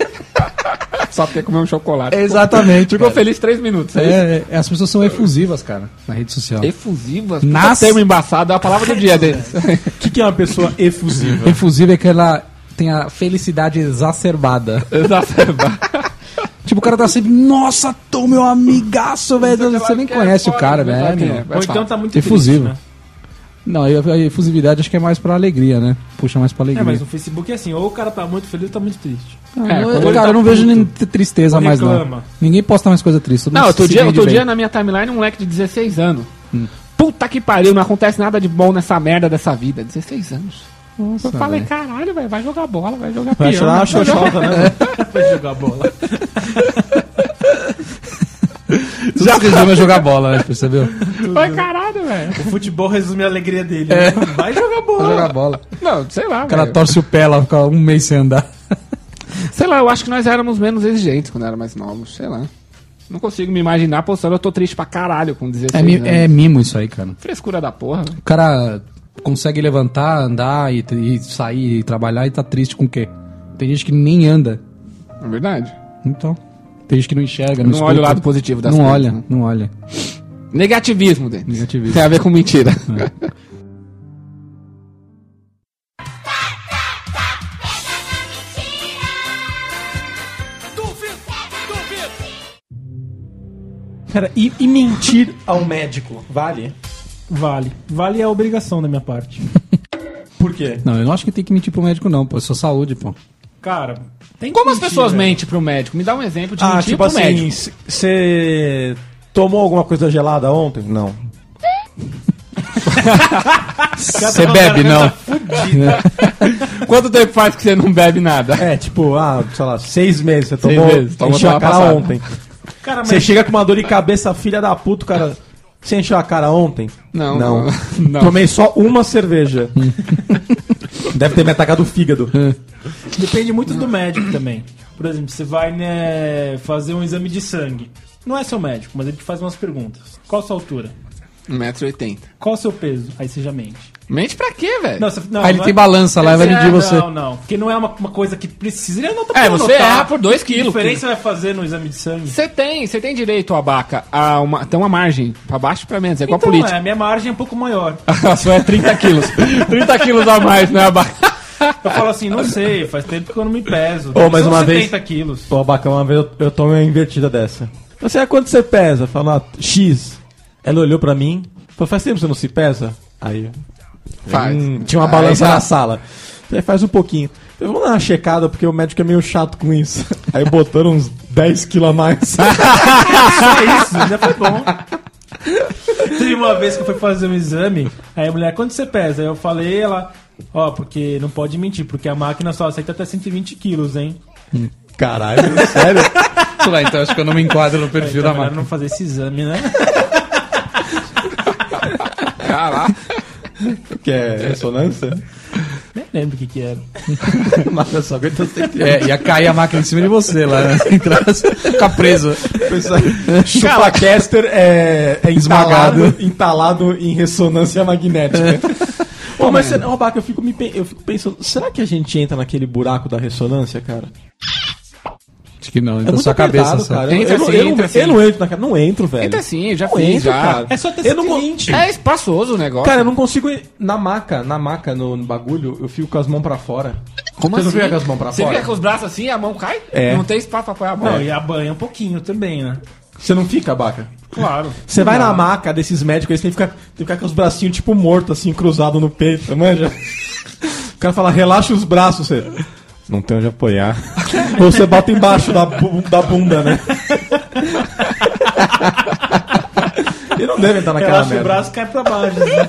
D: Só porque comeu um chocolate.
B: Exatamente.
D: Ficou feliz três minutos. É. isso?
B: É, é, as pessoas são efusivas, cara, na rede social.
D: Efusivas.
B: É. Nas-
D: Nasce. termo embaçado é a palavra do dia dele.
A: O que, que é uma pessoa efusiva?
B: Efusiva é que ela tem a felicidade exacerbada. tipo, o cara tá sempre, nossa, tô meu amigaço, velho. Você né? nem conhece o cara,
D: é,
B: velho. É
C: Ou então tá muito
B: Efusivo.
C: triste,
B: Não, aí a a efusividade acho que é mais pra alegria, né? Puxa mais pra
C: né? É,
B: alegria.
C: mas no Facebook é assim, ou o cara tá muito feliz ou tá muito triste.
B: Ah, eu-
D: quando
B: cara,
D: ele tá
B: eu não vejo
C: puto.
B: nem t- tristeza
C: Ou
B: mais, não.
C: reclama.
B: Ninguém posta mais coisa triste. todo
D: Não,
B: mundo
D: outro
B: se
D: dia,
B: vende
D: outro
B: bem.
D: dia na minha timeline um moleque de 16 anos. Puta que pariu, não acontece nada de bom nessa merda dessa vida. 16 anos.
B: Nossa,
D: eu falei,
B: velho.
D: caralho, velho, vai jogar bola, vai jogar
A: Vai
D: pião,
A: chorar uma xoxota, né?
C: Vai jogar bola.
B: Tudo que eles viram é jogar bola, né? Percebeu?
D: Vai caralho, velho.
C: O futebol resume a alegria dele. né?
A: É.
C: Vai jogar bola.
B: é jogar bola.
D: Não, sei lá,
B: O cara
D: velho.
B: torce o pé lá, fica um mês sem andar.
D: Sei lá, eu acho que nós éramos menos exigentes quando era mais novos, sei lá. Não consigo me imaginar postando, eu tô triste pra caralho com 16
B: É, mi-
D: anos.
B: é mimo isso aí, cara.
D: Frescura da porra, velho.
B: O cara consegue levantar, andar e, e sair e trabalhar e tá triste com o quê? Tem gente que nem anda.
D: É verdade.
B: Então. Tem gente que não enxerga, não,
D: Não olha o
B: escuta.
D: lado positivo das
B: Não
D: coisas,
B: olha,
D: né?
B: não olha.
D: Negativismo, Denis.
B: Negativismo.
D: Tem a ver com mentira.
A: Cara, e, e mentir ao médico, vale?
C: Vale. Vale é a obrigação da minha parte.
A: Por quê?
B: Não, eu não acho que tem que mentir pro médico, não, pô. É sua saúde, pô.
C: Cara, tem que
D: Como as
C: mentir,
D: pessoas
C: velho.
D: mentem pro médico? Me dá um exemplo de
A: Ah,
D: mentir
A: tipo
D: pro médico.
A: assim, você tomou alguma coisa gelada ontem? Não.
D: Você bebe, não? Quanto tempo faz que você não bebe nada?
A: É, tipo, ah, sei lá, seis meses você
D: Seis
A: tomou,
D: meses, tomou
A: encheu a
D: semana
A: cara
D: passada.
A: ontem.
C: Cara, mas
A: Você chega com uma dor de cabeça, filha da puta, o cara. Você encheu a cara ontem?
D: Não,
A: Não.
D: não, não.
A: Tomei só uma cerveja. Deve ter me atacado o fígado.
D: É.
C: depende muito do médico também. Por exemplo, você vai né, fazer um exame de sangue. Não é seu médico, mas ele te faz umas perguntas. Qual a sua altura?
D: 1,80m.
C: Qual o seu peso? Aí você já mente.
D: Mente pra quê, velho?
C: Não, você, não,
A: Ah,
B: Aí ele
C: não
B: tem
C: é-
B: balança lá, vai medir
C: É,
B: você.
C: Não, não. Porque não é uma, uma coisa que precisa. Ele não tá
D: É,
C: podendo
D: você
C: notar.
D: erra por 2
C: Que
D: quilos.
C: diferença vai fazer no exame de sangue?
D: Você tem, você tem direito, abaca, a uma, tem uma margem, pra baixo e pra menos, é igual
C: Então,
D: a
C: é,
D: política.
C: a minha margem é um pouco maior.
D: A sua é 30 quilos. 30 quilos a mais, né, abaca?
C: Eu falo assim, não sei, faz tempo que eu não me peso.
A: Ô, mais
C: São
A: uma vez-
C: 70 quilos.
A: Pô, bacana, uma vez eu, eu tomei uma invertida dessa. Você é quanto você pesa? Fala, ah, X. Ela olhou pra mim, falou, faz tempo que você não se pesa? Aí.
D: Faz.
A: Hum, tinha uma
D: Aí
A: balança
D: já-
A: na sala. Falei, faz um pouquinho. Eu vou dar uma checada porque o médico é meio chato com isso. Aí botaram uns 10 quilos a mais.
C: Só isso, já foi bom. Teve uma vez que eu fui fazer um exame, aí a mulher, quanto você pesa? Aí eu falei, ela, ó, porque não pode mentir, porque a máquina só aceita até 120 quilos, hein?
A: Caralho, sério?
B: Sei lá, então acho que eu não me enquadro no
C: Aí,
B: perfil
C: tá
B: da
C: melhor
B: marca.
C: não fazer esse exame, né?
D: Caraca.
A: Que é ressonância?
C: Nem lembro o que que era.
A: Mas eu só aguento
B: É, ia cair a máquina em cima de você lá, né? Entrar- Ficar preso.
A: Chupacaster é, é
B: Esmagado.
A: entalado, entalado em ressonância magnética. Ô, mas será, ô, Baca, eu fico, me, pe- eu fico pensando, será que a gente entra naquele buraco da ressonância, cara? É
B: Acho que não, então
A: muito
B: sua cabeça
A: apertado,
B: só.
A: cara. Eu-
D: Entra
A: eu, não-
D: sim,
A: eu, não-
D: entra
A: eu
D: sim.
A: não entro na cara. Não entro, velho.
D: Entra sim, eu já
A: Não
D: fiz,
A: entro,
D: já.
A: cara.
C: É só ter
A: Eu não con-
C: 120.
D: É espaçoso o negócio.
A: Cara, eu não consigo ir na maca, na maca, no, no bagulho, eu fico com as mãos pra fora.
D: Como
A: Você não
D: assim?
A: fica com as mãos pra
D: Você
A: fora?
D: fica com os braços assim, a mão cai?
A: É.
D: Não tem espaço pra apoiar a
C: Não,
D: mão.
C: e a banha um pouquinho também, né?
A: Você não fica, Baca?
C: Claro.
A: Você vai na maca desses médicos, eles têm que ficar, tem que ficar com os bracinhos tipo morto, assim, cruzado no peito, manja. O cara fala, relaxa os braços, você. Não tem onde apoiar. Ou você bota embaixo da, bu- da bunda, né? E não deve entrar naquela
C: Relaxa o
A: merda.
C: braço e cai pra baixo. né?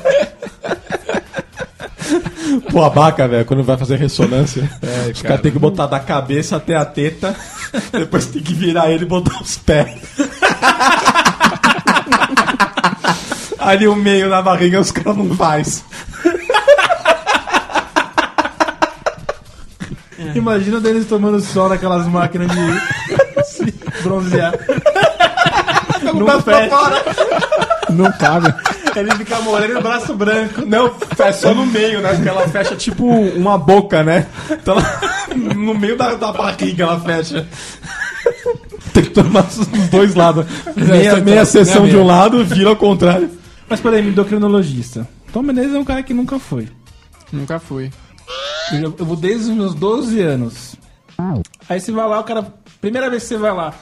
A: Pô, a baca, velho, quando vai fazer ressonância, os caras tem que botar da cabeça até a teta, depois tem que virar ele e botar os pés. Ali o meio na barriga os caras não faz.
C: É. Imagina o Denis tomando sol naquelas máquinas de bronzear. Não fecha.
D: Não cabe.
C: Ele fica moreno e o braço branco.
A: Não, é só no meio, né? Porque ela fecha tipo uma boca, né? Então ela- no meio da, da barriga ela fecha. Tem que tomar os dois lados. Meia, meia sessão de um lado, vira ao contrário.
C: Mas peraí, me endocrinologista. Tom Menezes é um cara que nunca foi.
D: Nunca fui.
C: Eu, já- eu vou desde os meus 12 anos. Aí você vai lá, o cara. Primeira vez que você vai lá.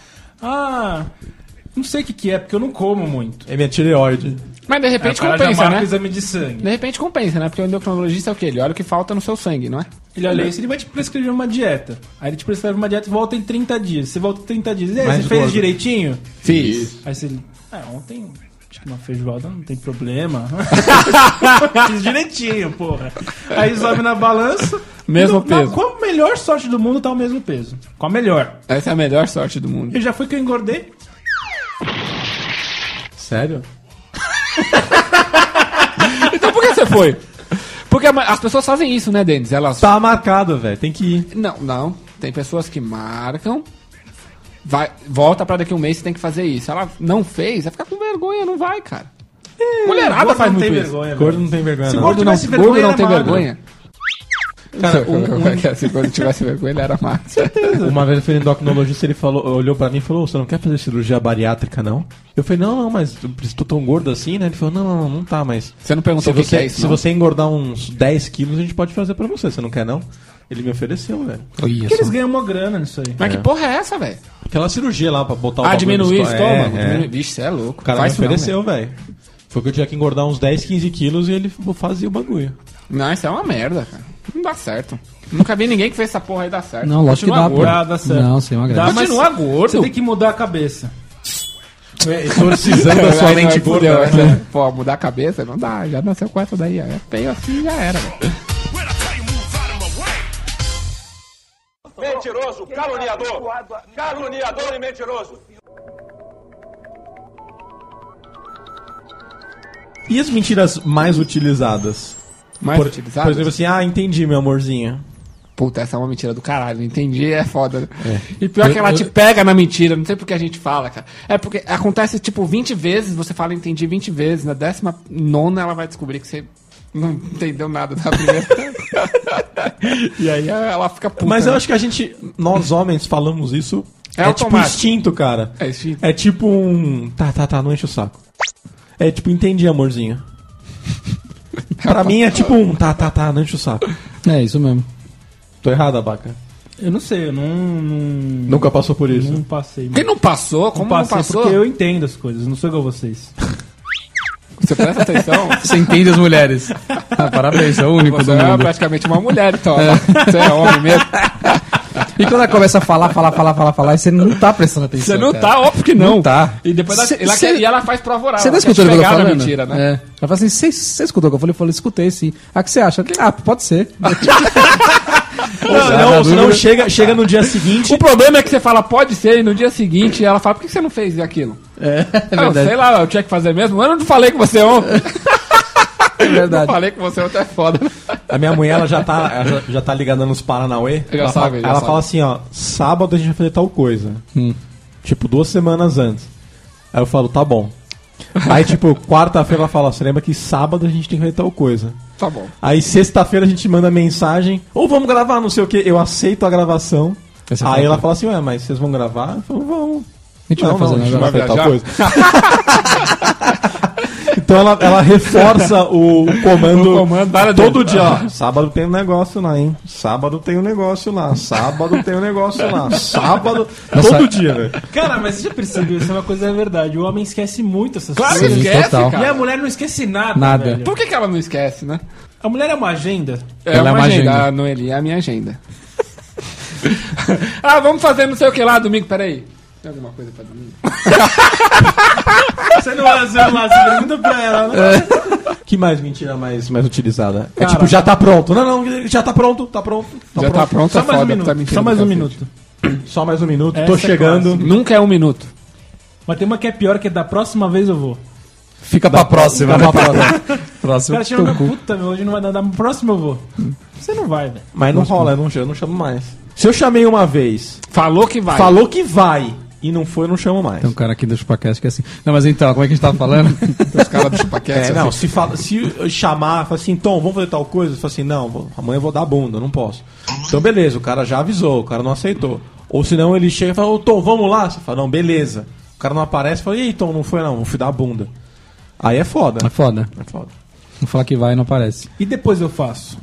C: Ah, não sei o que, que é, porque eu não como muito.
A: É minha tireoide.
D: Mas de
C: Aí É, o
D: repente
C: cara já
D: compensa,
C: marca o
D: né?
C: exame de sangue.
D: De repente compensa, né? Porque o endocrinologista é o quê? Ele olha o que falta no seu sangue, não é?
C: Ele olha isso, ele vai te prescrever uma dieta. Aí ele te prescreve uma dieta e volta em 30 dias. Você volta em 30 dias. E aí,
A: Mais
C: você fez
A: gordo.
C: direitinho?
D: Fiz.
C: Aí você. Ah, ontem. acho que Uma feijoada não tem problema. Fiz direitinho, porra. Aí sobe na balança.
D: Mesmo
C: e na-
D: peso.
C: Com a melhor sorte do mundo tá o mesmo peso. Com a melhor.
D: Essa é a melhor sorte do mundo.
C: Eu já fui que eu engordei.
A: Sério?
D: Então por que você foi? Porque a ma- as pessoas fazem isso, né, Denis? Elas.
A: Tá marcado, velho. Tem que ir.
D: Não, não. Tem pessoas que marcam. Vai, volta pra daqui um mês você tem que fazer isso. Ela não fez, vai ficar com vergonha, não vai, cara. Mulherada
C: Gordo
D: faz
A: É,
C: não
D: muito
C: tem
D: isso.
C: vergonha,
A: Gordo
C: velho.
A: não tem vergonha,
C: Se
A: não.
C: gordo
D: Gordo não,
C: tivesse vergonha,
D: gordo
C: é
D: não
C: era
D: tem
C: magro.
D: vergonha.
A: Cara,
D: como,
A: um-
D: como é que é assim? Quando tivesse vergonha, ele era massa.
A: Uma vez eu fui no endocrinologista, ele falou, olhou pra mim e falou, você não quer fazer cirurgia bariátrica, não? Eu falei, não, não, mas eu tô tão gordo assim, né? Ele falou, não, não, não, não tá, mas...
D: Você não perguntou
A: Se
D: o que,
A: você,
D: que é isso,
A: se
D: não?
A: você engordar uns 10 quilos, a gente pode fazer pra você, você não quer, não? Ele me ofereceu, velho.
B: Olha
C: Porque
B: só.
C: é eles ganham uma grana nisso aí.
D: Mas que porra é essa, velho?
A: Aquela cirurgia lá pra botar o
D: Ah,
A: bagulho
D: diminuir
A: no
D: o
A: estômago.
D: estômago?
A: É,
D: Diminuir-
A: é.
D: Bicho, você é louco.
A: O cara me
D: Faz isso não, né?
A: ofereceu, velho. Foi que eu tinha que engordar uns 10, 15 quilos e ele fazia o bagulho.
D: Não, isso é uma merda, cara. Não dá certo. Nunca vi ninguém que fez essa porra aí dar certo.
B: Não, lógico
D: Continua
B: que
D: gordo.
C: Ah, dá certo.
B: Não, sem uma
C: Dá,
B: graça.
C: mas
D: Continua gordo.
C: Você tem que mudar a cabeça.
D: É,
A: Exorcizando a sua
D: Aí não,
A: lente
D: fudeu,
A: gorda.
D: essa- Pô, mudar a cabeça não dá. Já nasceu com essa daí. É feio assim já era, velho.
H: Mentiroso, caluniador. Caluniador e mentiroso.
A: E as mentiras mais utilizadas?
D: Mais
A: por,
D: utilizado.
A: por exemplo assim, ah, entendi, meu amorzinho.
D: Puta, essa é uma mentira do caralho, não entendi, é foda. né? E pior que ela te pega na mentira, não sei porque a gente fala, cara. É porque acontece tipo 20 vezes, você fala entendi 20 vezes, na décima nona ela vai descobrir que você não entendeu nada da primeira. e aí ela fica puta.
A: Mas eu
D: né?
A: acho que a gente, nós homens, falamos isso.
D: É
A: tipo
D: automático.
A: instinto, cara.
D: É instinto.
A: É tipo um. Tá, tá, tá, não enche o saco. É tipo, entendi, amorzinho. pra mim é tipo um. Tá, tá, tá, não enche o saco.
B: É isso mesmo.
A: Tô errado, abaca.
C: Eu não sei, eu não. Não,
A: Nunca passou por isso.
C: não passei.
D: Quem não passou? Como não
C: passei
D: passou?
C: porque eu entendo as coisas, não sou igual vocês.
D: Você presta atenção?
B: Você entende as mulheres. Ah, parabéns, é o único
D: Você
B: do
D: é
B: mundo.
D: praticamente uma mulher, então. né? Você é homem mesmo.
B: E quando ela começa a falar, falar, falar, falar, falar, e você não tá prestando atenção.
D: Você não
B: cara.
D: tá, óbvio que não.
B: Não tá.
D: E depois ela-
B: Cê-
D: ela,
B: cê-
D: quer- e ela faz prova oral.
B: Você não
D: ela quer
B: escutou o que eu tô
D: pegar na
B: falando?
D: mentira, né?
B: É. Ela fala assim, você escutou o que eu falei? Eu falei, escutei sim. Ah, o que você acha? Ah, pode ser.
A: Não, não, senão chega, chega no dia seguinte.
D: O problema é que você fala, pode ser, e no dia seguinte ela fala, por que você não fez aquilo? É,
B: verdade.
D: sei lá, eu tinha que fazer mesmo, mas eu não falei com você ontem.
B: É
D: Não
B: verdade.
D: falei com você ontem, é foda.
A: A minha mulher, ela já tá, ela já, já tá ligada nos Paranauê.
D: Já
A: ela
D: sabe,
A: fala,
D: já
A: ela
D: sabe.
A: fala assim, ó, sábado a gente vai fazer tal coisa.
D: Hum.
A: Tipo, duas semanas antes. Aí eu falo, tá bom. Aí, tipo, quarta-feira ela fala, você lembra que sábado a gente tem que fazer tal coisa.
D: Tá bom.
A: Aí sexta-feira a gente manda mensagem, ou vamos gravar, não sei o que, eu aceito a gravação.
D: é
B: Essa
A: Aí
B: foi
A: ela
B: a-
A: fala assim, ué, mas vocês vão gravar? Eu falo, vamos.
B: A gente
A: Não,
B: vai fazer
A: não, a gente vai
B: nada.
A: fazer tal
D: Vai
A: coisa. Então ela, ela reforça o comando,
D: O comando, para
A: todo dia. ó. Sábado tem um negócio lá, hein? Sábado tem um negócio lá. Sábado tem um negócio lá. Sábado. todo dia, velho.
C: Cara, mas você já percebeu? Isso é uma coisa da verdade. O homem esquece muito essas
D: Claro que
C: coisas.
B: Sim,
D: esquece,
B: total. é
C: E a
D: cara.
C: mulher não esquece nada.
B: Nada.
C: velho.
D: Por que, que ela não esquece, né?
C: A mulher é uma agenda.
D: É
B: Ela é
D: uma
B: uma
D: agenda.
B: agenda.
D: A Noeli é a minha agenda. ah, vamos fazer não sei o que lá domingo, peraí. Tem alguma coisa pra domingo?
C: Você não é zero lá, você pergunta pra ela. Não
A: Que mais mentira mais, mais utilizada? É
C: Cara.
A: tipo, já tá pronto. Não, não, já tá pronto, tá pronto. tá
D: Já tá pronto, é
C: Só mais um
D: foda. tá
C: minuto.
D: mentindo
C: Só mais
D: do
C: um
D: cacete.
C: minuto.
A: Só mais um minuto,
C: Essa
A: tô
C: é
A: chegando.
D: Nunca é um minuto.
C: Mas tem uma que é pior, que é da próxima vez eu vou.
B: Fica pra próxima. Fica pra próxima.
C: O
B: Próximo.
C: cara chama meu puta, meu, hoje não vai dar, na próxima eu vou. Você não vai, velho.
A: Mas não rola, eu não, eu não chamo mais. Se eu chamei uma vez,
D: Falou que vai.
A: falou que vai e não foi, eu não chamo mais.
B: Tem um cara aqui do Chupacast que é assim. Não, mas então, como é que a gente tava falando?
D: Os caras do Chupaquete.
A: É, não, se, fala, se eu chamar, fala assim, Tom, vamos fazer tal coisa, fala assim, não, vou- amanhã eu vou dar bunda, não posso. Então, beleza, o cara já avisou, o cara não aceitou. Ou senão ele chega e fala, ô Tom, vamos lá? Você fala, não, beleza. O cara não aparece, fala, e aí, Tom, não foi não, fui dar bunda. Aí é foda.
B: É foda.
A: É foda.
B: Não fala que vai e não aparece.
C: E depois eu faço.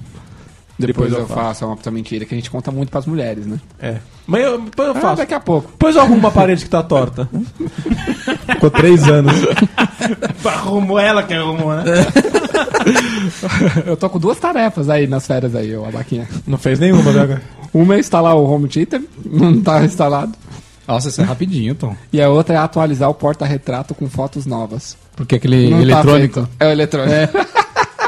D: Depois eu faço, é uma puta mentira que a gente conta muito pras mulheres, né?
A: É. Mas eu, depois eu
D: Ah,
A: faço.
D: daqui a pouco.
A: Depois eu arrumo uma parede que tá torta. Ficou três anos.
C: Arrumou ela que arrumou, né?
D: É. Eu tô com duas tarefas aí nas férias aí, ô Abaquinha.
A: Não fez nenhuma, né?
D: Uma é instalar o home theater, não tá instalado.
B: Nossa, isso é rapidinho, Tom.
D: E a outra é atualizar o porta-retrato com fotos novas.
B: Porque aquele
D: Não tá
B: eletrônico.
D: feito. é o eletrônico.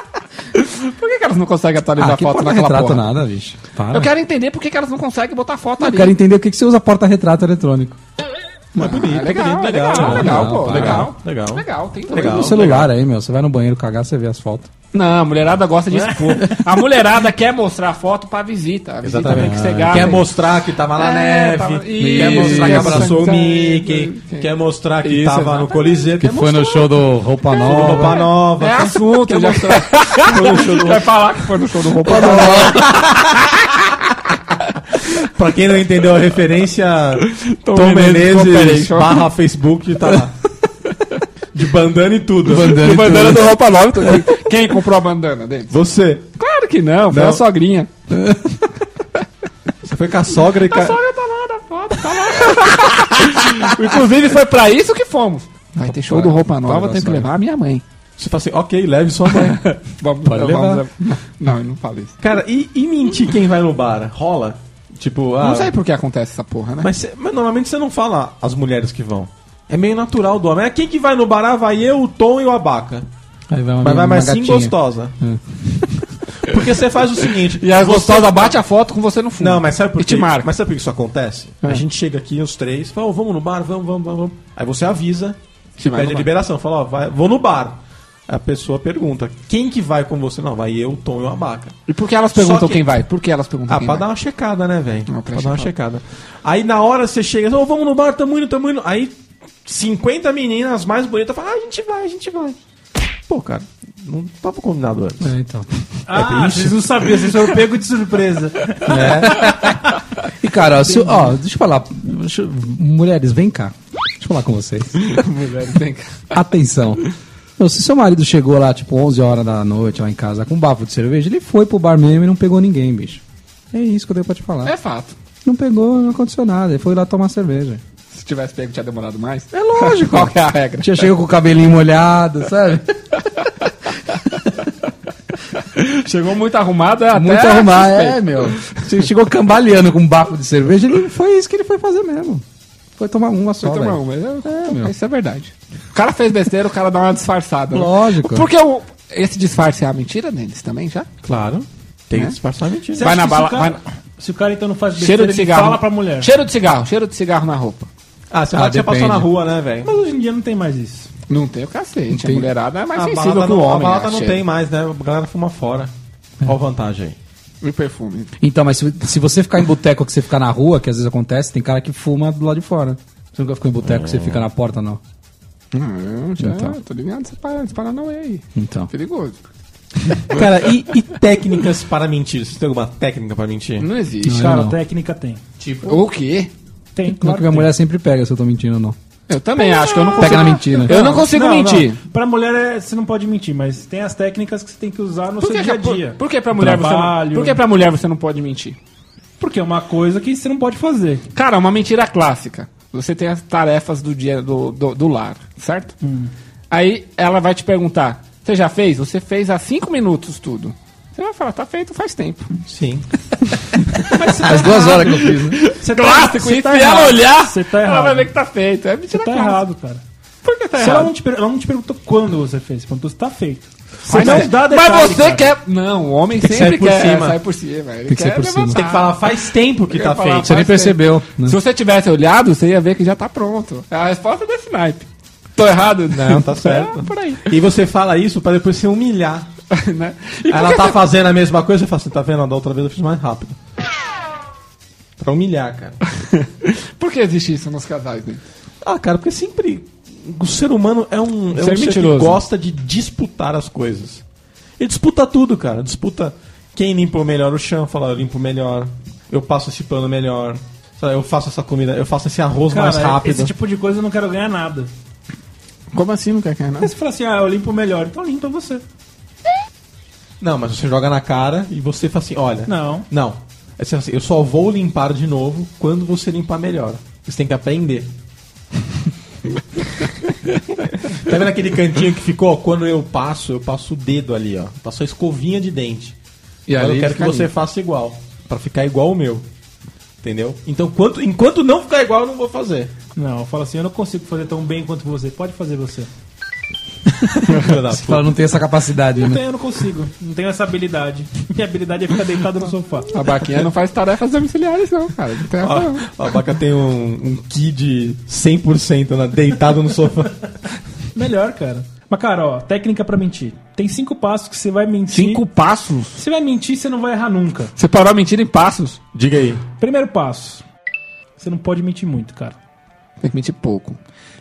D: por que, que elas não conseguem atualizar
B: ah,
D: a
B: que
D: foto naquela
B: porta-retrato
D: porta?
B: nada, bicho. Para.
A: né?
D: Eu quero entender por que, que elas não conseguem botar foto
B: Eu
D: ali.
B: quero entender o que, que você usa porta-retrato eletrônico.
D: Ah,
A: bonito, bonito,
D: legal, legal,
A: legal, tá
D: legal,
B: legal,
D: pô,
B: pá.
D: legal.
A: Legal.
D: Legal, tem
A: Legal.
B: No celular aí, meu. Você vai no banheiro cagar, você vê as fotos.
D: Não, a mulherada gosta
A: Né?
D: de expor. A mulherada quer mostrar a foto pra visita. A visita
A: Exatamente.
D: tem que ser gata.
A: Quer mostrar que tava na
D: É,
A: neve,
D: tava-
A: quer
D: Isso,
A: mostrar que
D: quer
A: abraçou o
D: mostrar-
A: Mickey, quer mostrar que
D: Isso,
A: tava no
D: exatamente.
A: Coliseu,
B: Que foi no show do Roupa
A: no
B: Nova.
A: Roupa Nova.
D: É assunto, já Vai falar que foi no show do Roupa
A: Pra quem não entendeu a referência, Tom,
D: Tom Menezes
A: Menezes,
D: Corporation.
A: barra Facebook tá lá. De bandana e tudo.
D: Nova. Bandana do Roupa Nova. Quem comprou a bandana dele?
A: Você.
D: Claro que não, foi
A: Não.
D: a sogrinha.
A: Você foi com a sogra e com a...
D: tá lá na foto, tá lá. Inclusive foi pra isso que fomos. Vai ter show do Roupa Nova, tem que levar a minha mãe.
A: Você fala assim, ok, leve sua mãe.
D: Vamos,
A: Pode levar.
D: Não, eu não falo isso.
A: Cara, e, e mentir quem vai no bar? Rola? Tipo, ah...
D: Não sei por que acontece essa porra, né?
A: Mas, cê- mas normalmente você não fala as mulheres que vão. É meio natural do homem. É quem que vai no bar? Ah, vai eu, o Tom e o Abaca.
B: Aí vai uma
A: Mas vai
B: menina,
A: mais
B: uma
A: sim
B: gatinha.
A: gostosa. Porque você faz o seguinte...
D: Hum. E as
A: você-
D: gostosas bate a foto com você no fundo.
A: Não, mas sabe por
D: E
A: quê?
D: te marca. É.
A: Mas sabe por que isso acontece? A gente chega aqui, os três, fala, "Ô, vamos no bar, vamos, vamos, vamos. vamos." Aí você avisa,
D: Que vai
A: pede
D: no
A: a
D: bar.
A: liberação, fala, ó, vai- vou no bar. A pessoa pergunta, quem que vai com você? Não, vai eu, o Tom e o Abaca.
D: E por que elas
A: Só
D: perguntam
A: que-
D: quem vai? Por que elas perguntam
A: Ah,
D: quem
A: pra dar
D: vai?
A: uma checada, né, velho?
D: Não, pra
A: Pra dar uma checada. Aí na hora você chega, ô, vamos no bar, tamo indo, tamo indo. Aí 50 meninas mais bonitas falam, ah, a gente vai, a gente vai. Pô, cara, não tava combinado antes.
B: É, então.
C: Ah, vocês não sabiam, vocês foram pego de surpresa.
B: E cara, ó, se, ó, deixa eu falar. Deixa eu- mulheres, vem cá. Deixa eu falar com vocês.
D: Mulheres, vem cá.
B: Atenção. Meu, se seu marido chegou lá, tipo, 11 horas da noite, lá em casa, com um bafo de cerveja, ele foi pro bar mesmo e não pegou ninguém, bicho. É isso que eu tenho pra te falar.
D: É fato.
B: Não pegou, não aconteceu nada. Ele foi lá tomar cerveja.
D: Se tivesse pego, tinha demorado mais.
B: É lógico.
D: Qual que é a regra?
B: Tia chegou com o cabelinho molhado, sabe?
D: Chegou muito arrumada até...
B: Muito arrumar,
D: suspeito.
B: é, meu. Che- Chegou cambaleando com um bafo de cerveja. Ele, foi isso que ele foi fazer mesmo. Foi tomar uma só,
D: Foi tomar
B: velho.
D: uma, mas é,
B: É, meu.
D: isso é verdade. O cara fez besteira, o cara dá uma disfarçada. né?
B: Lógico.
D: Porque o- esse disfarce é a mentira deles também, já?
A: Claro, tem que
D: Né?
A: disfarçar a mentira.
C: Você
D: Vai na
C: acha que
D: bala-
C: Se o, cara,
D: vai
C: se o cara então não faz
D: Cheiro de
C: ele
D: cigarro.
C: fala pra mulher.
D: Cheiro de cigarro, cheiro de cigarro na roupa.
A: Ah, você
B: Ah,
A: fala que você
B: depende.
A: passou na rua, né, velho?
C: Mas hoje em dia não tem mais isso.
D: Não tem o cacete.
B: tem.
D: A mulherada é mais
A: a
D: sensível
A: balada,
D: que o
A: não, a
D: homem. É.
A: balada
D: eu
A: não
D: achei.
A: tem mais, né? A galera fuma fora. Qual vantagem aí?
D: E o perfume.
B: Então, mas se, se você ficar em boteco que você ficar na rua, que às vezes acontece, tem cara que fuma do lado de fora. Você nunca ficou em boteco que você fica na porta, não.
D: Não, já, tá.
B: Então.
D: tô ligado, esse para- esse Paranauê aí.
B: Então.
D: Perigoso.
A: Cara, e, e técnicas para mentir? Você tem alguma técnica para mentir?
D: Não existe.
B: Não,
C: Cara,
B: não.
C: técnica tem.
D: O quê?
C: Tem,
B: Claro é que minha mulher sempre pega se eu tô mentindo ou não.
D: Eu também acho que eu não consigo.
B: Pega na mentira.
D: Eu não consigo
C: Não,
D: mentir.
C: não. Pra mulher é- você não pode mentir, mas tem as técnicas que você tem que usar no
D: Por
C: seu
D: que,
C: dia a
D: que- por-
C: dia.
D: por que é pra mulher você
C: Trabalho.
D: não, Por que é pra mulher você não pode mentir?
C: Porque é uma coisa que você não pode fazer.
D: Cara, uma mentira clássica. Você tem as tarefas do dia do, do, do lar, certo?
C: Hum.
D: Aí ela vai te perguntar: Você já fez? Você fez há cinco minutos tudo. Você vai falar, tá feito faz tempo.
A: Sim.
B: As duas horas que eu fiz. né?
C: Você
D: Clássico,
C: você
D: e
C: tá
D: se
C: errado.
D: ela olhar,
C: Você tá
D: ela
C: errado.
D: vai ver que tá feito. É
C: Você
D: mentira
C: tá
D: clássica.
C: errado, cara.
D: Por que tá
C: Se ela,
D: errado?
C: não te per- ela não te perguntou quando você fez, perguntou se tá feito. Você tá-
D: Mas,
C: não dá
D: mas
C: detalhe,
D: você
C: cara.
D: quer. Não, o homem
A: que
D: sempre
A: sair por
D: quer
A: cima.
D: sair por cima. Ele
B: Tem que
D: quer
B: sair por cima.
D: levantar.
A: Tem que falar, faz tempo que
D: Eu
A: tá
D: ia falar,
A: feito.
B: Você nem
D: Faz
B: percebeu, né?
D: Se você tivesse olhado, você ia ver que já tá pronto. É a resposta desse naipe. Tô errado?
A: Não, tá certo.
D: É, por aí.
A: E você fala isso pra depois se humilhar.
D: né? E por
A: Ela
D: que
A: tá
D: você-
A: fazendo a mesma coisa, você fala assim, tá vendo? Da outra vez eu fiz mais rápido. Pra humilhar, cara.
D: Por que existe isso nos casais, né?
A: Ah, cara, porque sempre. O ser humano é um, é um
D: Ser
A: ser que
D: mentiroso.
A: gosta de disputar as coisas. Ele disputa tudo, cara. Disputa quem limpou melhor o chão, fala, eu limpo melhor, eu passo esse pano melhor, sei lá, eu faço essa comida, eu faço esse arroz
C: Cara,
A: mais rápido.
C: esse tipo de coisa eu não quero ganhar nada.
D: Como assim não quer ganhar
C: Aí
D: nada?
C: você fala assim, ah, eu limpo melhor, então limpa você.
A: Não, mas você joga na cara e você fala assim, olha.
C: Não.
A: Não. É assim, assim, eu só vou limpar de novo quando você limpar melhor. Você tem que aprender. tá vendo aquele cantinho que ficou? ó, Quando eu passo, eu passo o dedo ali, ó. Passou a escovinha de dente.
D: E
A: Agora
D: ali
A: eu quero que
D: fica
A: você
D: limpo.
A: faça igual. Pra ficar igual o meu. Entendeu? Então, quanto- enquanto não ficar igual, eu não vou fazer.
C: Não, eu falo assim, eu não consigo fazer tão bem quanto você. Pode fazer você.
A: Filho da
B: Você fala, não tem essa capacidade,
C: Não
B: né?
C: tenho, Então eu não consigo. Não tenho essa habilidade. Minha habilidade é ficar deitado no sofá.
D: A Baquinha não faz tarefas domiciliares, não, cara. Não tem essa, não.
A: Ó, a vaca tem um, um ki de 100% na, deitado no sofá.
C: Melhor, cara. Mas, cara, ó, técnica pra mentir. Tem cinco passos que você vai mentir.
D: Cinco passos?
C: Você vai mentir, você não vai errar nunca.
D: Você parou a mentira em passos?
A: Diga aí.
C: Primeiro passo. Você não pode mentir muito, cara.
D: Tem que mentir pouco.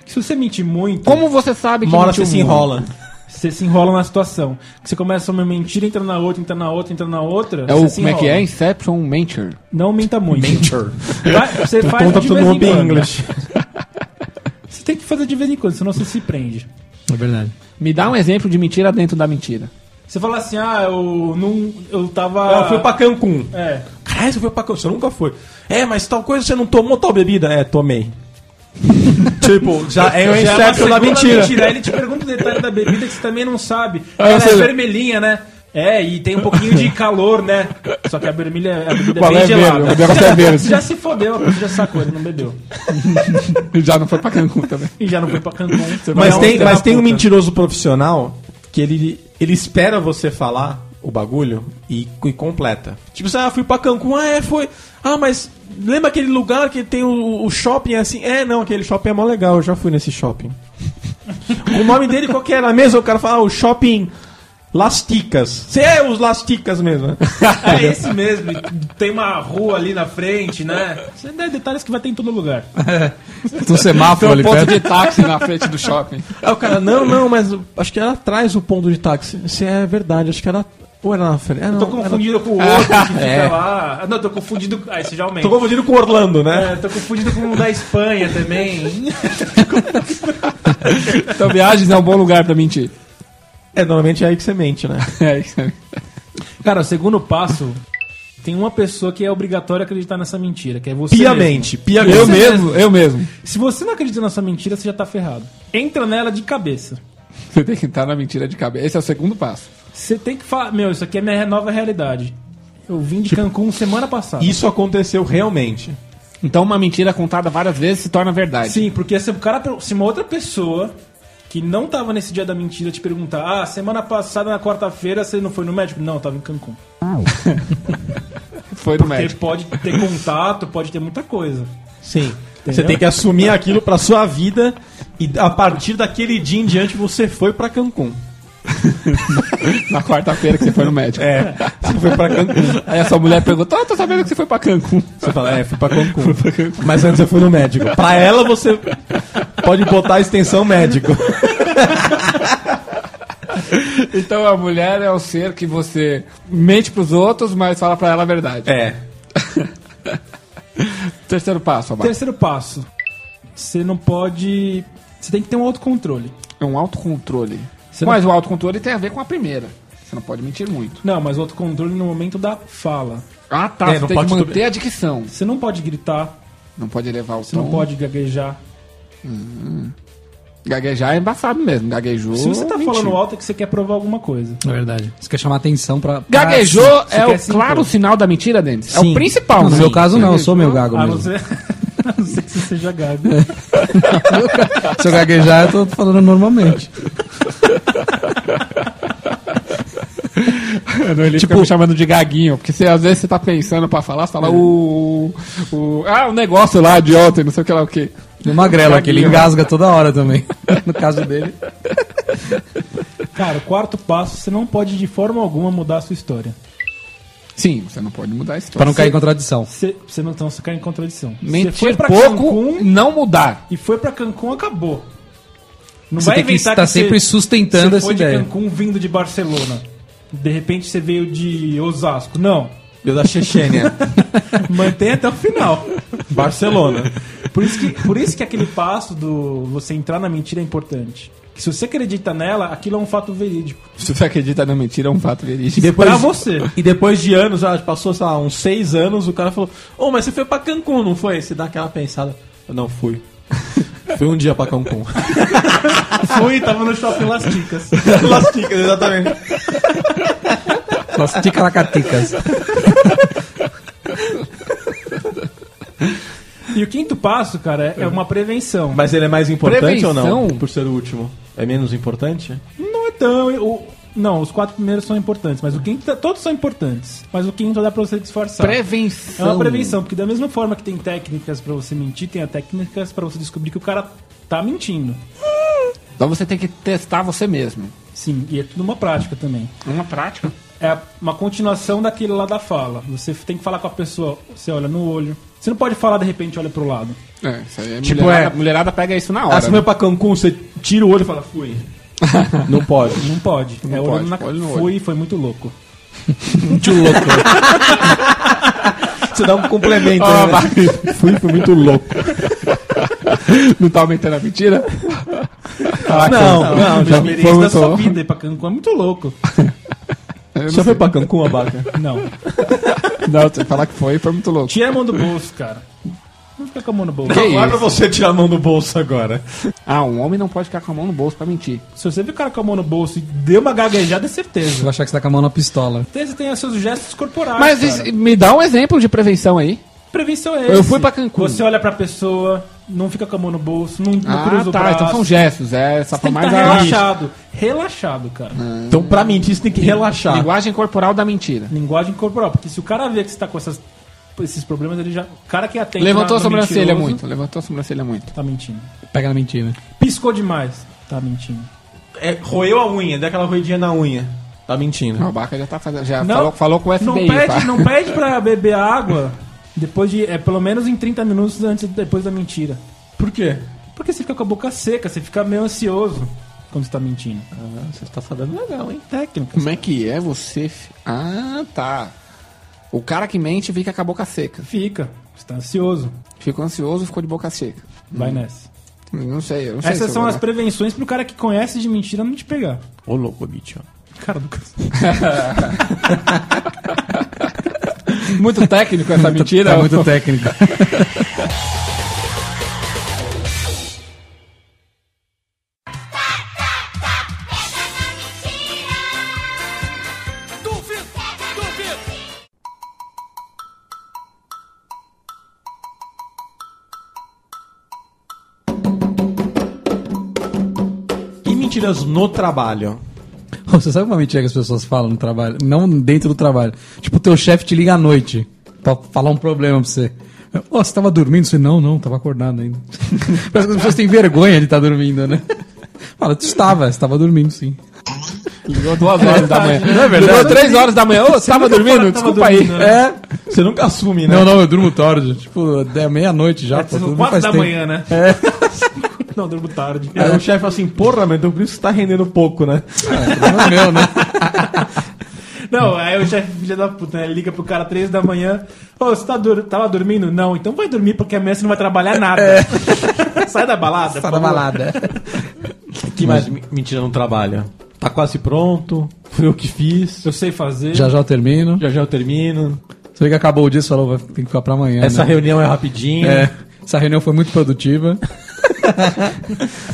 C: Se você mentir muito,
D: Como você sabe que
A: Uma hora
D: mentiu
A: você se
D: muito?
A: enrola.
C: você se enrola na situação. Você começa uma mentira, entra na outra, entra na outra, entra na outra.
D: É
C: você
D: o,
C: se
D: como é que
C: enrola.
D: é? Inception Mentor.
C: Não minta muito. Vai- Você faz
A: Conta
C: de
A: pro
C: vez em
A: mundo em
C: quando.
A: inglês.
C: Você tem que fazer de vez em quando, senão você se prende.
B: É verdade.
D: Me dá um exemplo de mentira dentro da mentira.
C: Você fala assim, ah, eu não. Eu tava.
A: Ela foi pra Cancún.
C: É.
A: Caralho, você Ah, foi pra Cancún, você nunca foi. É, mas tal coisa você não tomou tal bebida? É, tomei. tipo, já é o
C: Já uma
A: inception da
C: segunda
A: mentira. Ah,
C: Aí ele te pergunta o detalhe da bebida que você também não sabe.
D: ou
C: Ela é
D: seja-
C: vermelhinha, né? É, e tem um pouquinho de calor, né? Só que a vermelha a bebida é
D: Qual
C: bem
D: é
C: gelada.
D: mesmo? O negócio é mesmo.
C: Você já se fodeu, você já sacou, ele não bebeu.
D: Já não foi pra Cancún também.
C: E já não foi pra Cancún.
A: Mas
C: Não,
A: tem,
C: filho
A: mas
C: da
A: tem um
C: puta.
A: mentiroso profissional que ele, ele espera você falar o bagulho e, e completa. Tipo, assim, ah, fui pra Cancún, ah, é, foi. Ah, mas lembra aquele lugar que tem o, o shopping assim? É, não, aquele shopping é mó legal, eu já fui nesse shopping. o nome dele qual que era mesmo? O cara fala, ah, o shopping Lasticas. Você é os Lasticas mesmo, né?
C: É esse mesmo. Tem uma rua ali na frente, né? Você dá detalhes que vai ter em todo lugar.
B: Tem um semáforo ali
D: Tem um ponto
B: perto.
D: de táxi na frente do shopping.
A: Aí o cara, não, não, mas acho que era atrás o ponto de táxi. Isso é verdade, acho que era. Ou era na frente? É,
C: Eu
A: não,
C: tô
A: era-
C: confundido com o outro que fica
A: É.
C: lá. Ah, Não, tô confundido. Ah, isso já aumenta.
A: Tô confundido com Orlando, né?
C: É, tô confundido com o da Espanha também.
D: Então viagens é um bom lugar pra mentir.
A: É, normalmente é aí que você mente, né?
D: É isso aí.
C: Cara, o segundo passo, tem uma pessoa que é obrigatório acreditar nessa mentira, que é você.
A: Piamente, piamente.
D: Eu mesmo, eu mesmo.
C: mesmo. Se você não acredita nessa mentira, você já tá ferrado. Entra nela de cabeça.
D: Você tem que entrar na mentira de cabeça. Esse é o segundo passo.
C: Você tem que falar, meu, isso aqui é minha nova realidade. Eu vim de Cancún semana passada.
A: Isso aconteceu realmente.
D: Então uma mentira contada várias vezes se torna verdade.
C: Sim, porque se, o cara, se uma outra pessoa que não tava nesse dia da mentira te perguntar, ah, semana passada, na quarta-feira, você não foi no médico? Não, eu tava em Cancún.
D: Foi no
C: Porque
D: médico.
C: pode ter contato, pode ter muita coisa.
A: Sim. Você tem que assumir aquilo pra sua vida e a partir daquele dia em diante você foi pra Cancún.
D: Na quarta-feira que você foi no médico.
A: É, você foi pra Cancún.
D: Aí a sua mulher perguntou, ah, tô sabendo que você foi pra Cancún.
A: Você fala, é, fui pra Cancún. Mas antes eu fui no médico. Pra ela você pode botar a extensão médico.
D: Então a mulher é o ser que você mente pros outros, mas fala pra ela a verdade.
A: É.
D: Terceiro passo, Abaca.
C: Terceiro passo. Você não pode. Você tem que ter um autocontrole.
D: É um autocontrole.
C: Você
D: mas o autocontrole tem a ver com a primeira. Você não pode mentir muito.
C: Não, mas o autocontrole no momento da fala.
D: Ah, tá.
A: É,
D: você
A: não
D: tem
A: pode
D: que
A: tudo
D: manter a dicção.
C: Você não pode gritar,
D: Não pode elevar o
C: você
D: tom.
A: Então-
C: não pode gaguejar.
D: Gaguejar é embaçado mesmo. Gaguejou.
C: Se você tá
D: mentiu.
C: falando alto é que você quer provar alguma coisa.
B: É verdade. Você quer chamar atenção pra. pra-
D: Gaguejou
C: Você
D: é
C: quer
D: o
C: se
D: claro
C: impor.
D: sinal da mentira, Denis. É
B: Sim.
D: o principal,
B: Não, no
D: né?
B: meu caso, não. Eu sou meu gago
C: A não
B: mesmo.
C: ser, a não ser que você seja gago.
B: Se eu gaguejar, eu tô falando normalmente.
D: Não, Ele tipo, É. fica me chamando de gaguinho, porque você, às vezes você tá pensando pra falar, você fala o, o- Ah, o negócio lá de ontem, não sei o que lá o que.
B: No magrelo aqui, ele engasga toda hora também. No caso dele.
C: Cara, o quarto passo, você não pode de forma alguma mudar a sua história.
D: Sim, você não pode mudar
B: Pra
D: a história.
B: não cair em contradição.
C: Você, você não então, você cai em contradição. você
D: Mentir
C: foi pra
D: pouco,
C: Cancún
D: não mudar.
C: e foi pra Cancún, acabou. Não
B: Você tem que estar sempre sustentando
C: você
B: essa
C: foi de
B: ideia.
C: Cancún vindo de Barcelona. De repente você veio de Osasco. Não.
A: Eu da Chechênia.
C: Mantém até o final.
A: Barcelona.
C: Por isso, que, por isso que aquele passo do você entrar na mentira é importante. Que se você acredita nela, aquilo é um fato verídico.
D: Se você acredita na mentira, é um fato verídico.
A: Depois-
C: Pra você.
A: E depois de anos, ah, passou, sei lá, uns seis anos, o cara falou: Ô, mas você foi pra Cancún, não foi? Você dá aquela pensada: Eu não fui. Fui um dia pra Cancún.
D: Ah.
C: Fui, tava no shopping Lasticas.
A: Lasticas, exatamente.
B: As ticaracaticas.
C: E o quinto passo, cara, é, é uma prevenção.
A: Mas ele é mais importante ou não?
D: Prevenção?
A: Por ser o último. É menos importante?
C: Não é tão. o- não, os quatro primeiros são importantes, mas o quinto. Todos são importantes. Mas o quinto dá pra você disfarçar. É
D: Prevenção.
C: uma prevenção, porque da mesma forma que tem técnicas pra você mentir, tem a técnicas pra você descobrir que o cara tá mentindo.
D: Então você tem que testar você mesmo.
C: Sim, e é tudo uma prática também.
D: Uma prática.
C: É uma continuação daquilo lá da fala. Você tem que falar com a pessoa, você olha no olho. Você não pode falar de repente olha pro lado.
D: É, isso aí é
C: Tipo,
D: mulherada,
C: é-
D: mulherada pega isso na hora. né?
A: Ah, você vai pra Cancún, você tira o olho e fala, fui. Não pode.
C: Não pode.
D: Não
C: é
D: pode,
C: olhando na
D: olha no olho.
C: Fui, foi muito louco.
A: Muito louco. Você dá um complemento.
D: Ó,
A: né?
D: Marcos.
A: Fui, fui muito louco.
D: Não tá aumentando a mentira?
A: Não, não,
C: Já
A: já
C: experiência
D: foi
C: da
D: muito
C: sua
D: louco.
C: vida ir pra Cancún é muito louco.
A: Você foi pra Cancún, Abaca?
C: Não.
D: Não, você falar que foi, foi muito louco.
C: Tira a mão do bolso, cara. Não fica com a mão no bolso.
D: Que
A: Não é pra
D: isso?
A: você tirar a mão do bolso agora.
D: Ah, um homem não pode ficar com a mão no bolso pra mentir.
C: Se você viu o cara com a mão no bolso e deu uma gaguejada, é certeza.
B: Você vai achar que você tá com a mão na pistola.
C: Você tem os seus gestos corporais.
D: Mas
C: cara.
D: isso- me dá um exemplo de prevenção aí.
C: Prevenção é
D: Eu
C: esse.
D: fui pra Cancún.
C: Você olha pra pessoa, não fica com a mão no bolso, não, não
D: Ah,
C: cruza o
D: tá.
C: braço.
D: Então são gestos. É, só
C: Você tem
D: foi
C: que
D: mais Ah.
C: estar
D: a
C: relaxado. Relaxado, cara.
A: Então, pra mentir, você tem que relaxar.
D: linguagem corporal da mentira.
C: Linguagem corporal. Porque se o cara vê que você tá com essas- esses problemas, ele já... O cara que atende...
D: Levantou a
C: na- no
D: sobrancelha
C: mentiroso,
D: muito. Levantou a sobrancelha muito.
C: Tá mentindo.
B: Pega na mentira.
C: Piscou demais. Tá mentindo.
A: É, roeu a unha, dá aquela roidinha na unha. Tá mentindo.
D: O Abaca já tá fazendo. Já falou, falou com o FBI.
C: Não pede,
D: pá.
C: não pede pra beber água depois de. É pelo menos em 30 minutos antes depois da mentira.
A: Por quê?
C: Porque você fica com a boca seca, você fica meio ansioso quando você tá mentindo.
A: Ah, você tá falando legal, hein?
C: Técnica.
D: Como é que é você. fi- Ah, tá. O cara que mente fica com a boca seca.
C: Fica. Você tá ansioso.
D: Ficou ansioso, ficou de boca seca.
C: Vai nessa.
D: Não sei, eu não sei.
C: Essas
D: se eu
C: são
D: vou
C: as
D: dar.
C: prevenções pro cara que conhece de mentira não te pegar.
A: Ô, louco, bicho.
C: Cara, Lucas.
D: Muito técnico essa mentira.
B: Tá muito técnico.
A: E mentiras no trabalho?
B: Você sabe uma mentira que as pessoas falam no trabalho? Não dentro do trabalho. Tipo, teu chefe te liga à noite pra falar um problema pra você. Ô, você tava dormindo? Você, não, não, tava acordado ainda. Parece que as pessoas têm vergonha de estar dormindo, né? Fala, tu estava, você tava dormindo sim.
D: Ligou duas horas da manhã.
B: Não é verdade?
D: Ligou três horas da manhã. Ô, você tava dormindo?
C: fala que tava
D: Desculpa
C: dormindo,
D: aí.
C: né?
B: É.
A: Você nunca assume, né?
B: Não, não, eu durmo tarde. Tipo, é meia-noite já. pô,
C: Vocês são
B: tudo
C: quatro
B: faz
C: da
B: tempo.
C: manhã, né? não, durmo tarde.
A: Aí o chefe fala assim, porra, mas então por isso que você tá rendendo pouco, né?
B: É, problema meu, né?
C: Não, aí o chefe, filha da puta, né? Ele liga pro cara três da manhã. Ô, você tá dur- tava dormindo? Não, então vai dormir porque amanhã você não vai trabalhar nada. Sai da balada.
B: Tá
C: por
B: na
C: favor.
B: É. balada.
A: Que mais me- mentira no trabalho? Tá quase pronto, foi eu que fiz,
C: Eu sei fazer.
B: Já já eu termino.
A: já já eu termino,
B: Você vê que acabou o dia, você falou, vai- tem que ficar pra amanhã.
A: essa
B: né?
A: reunião é rapidinha.
B: É, essa reunião foi muito produtiva.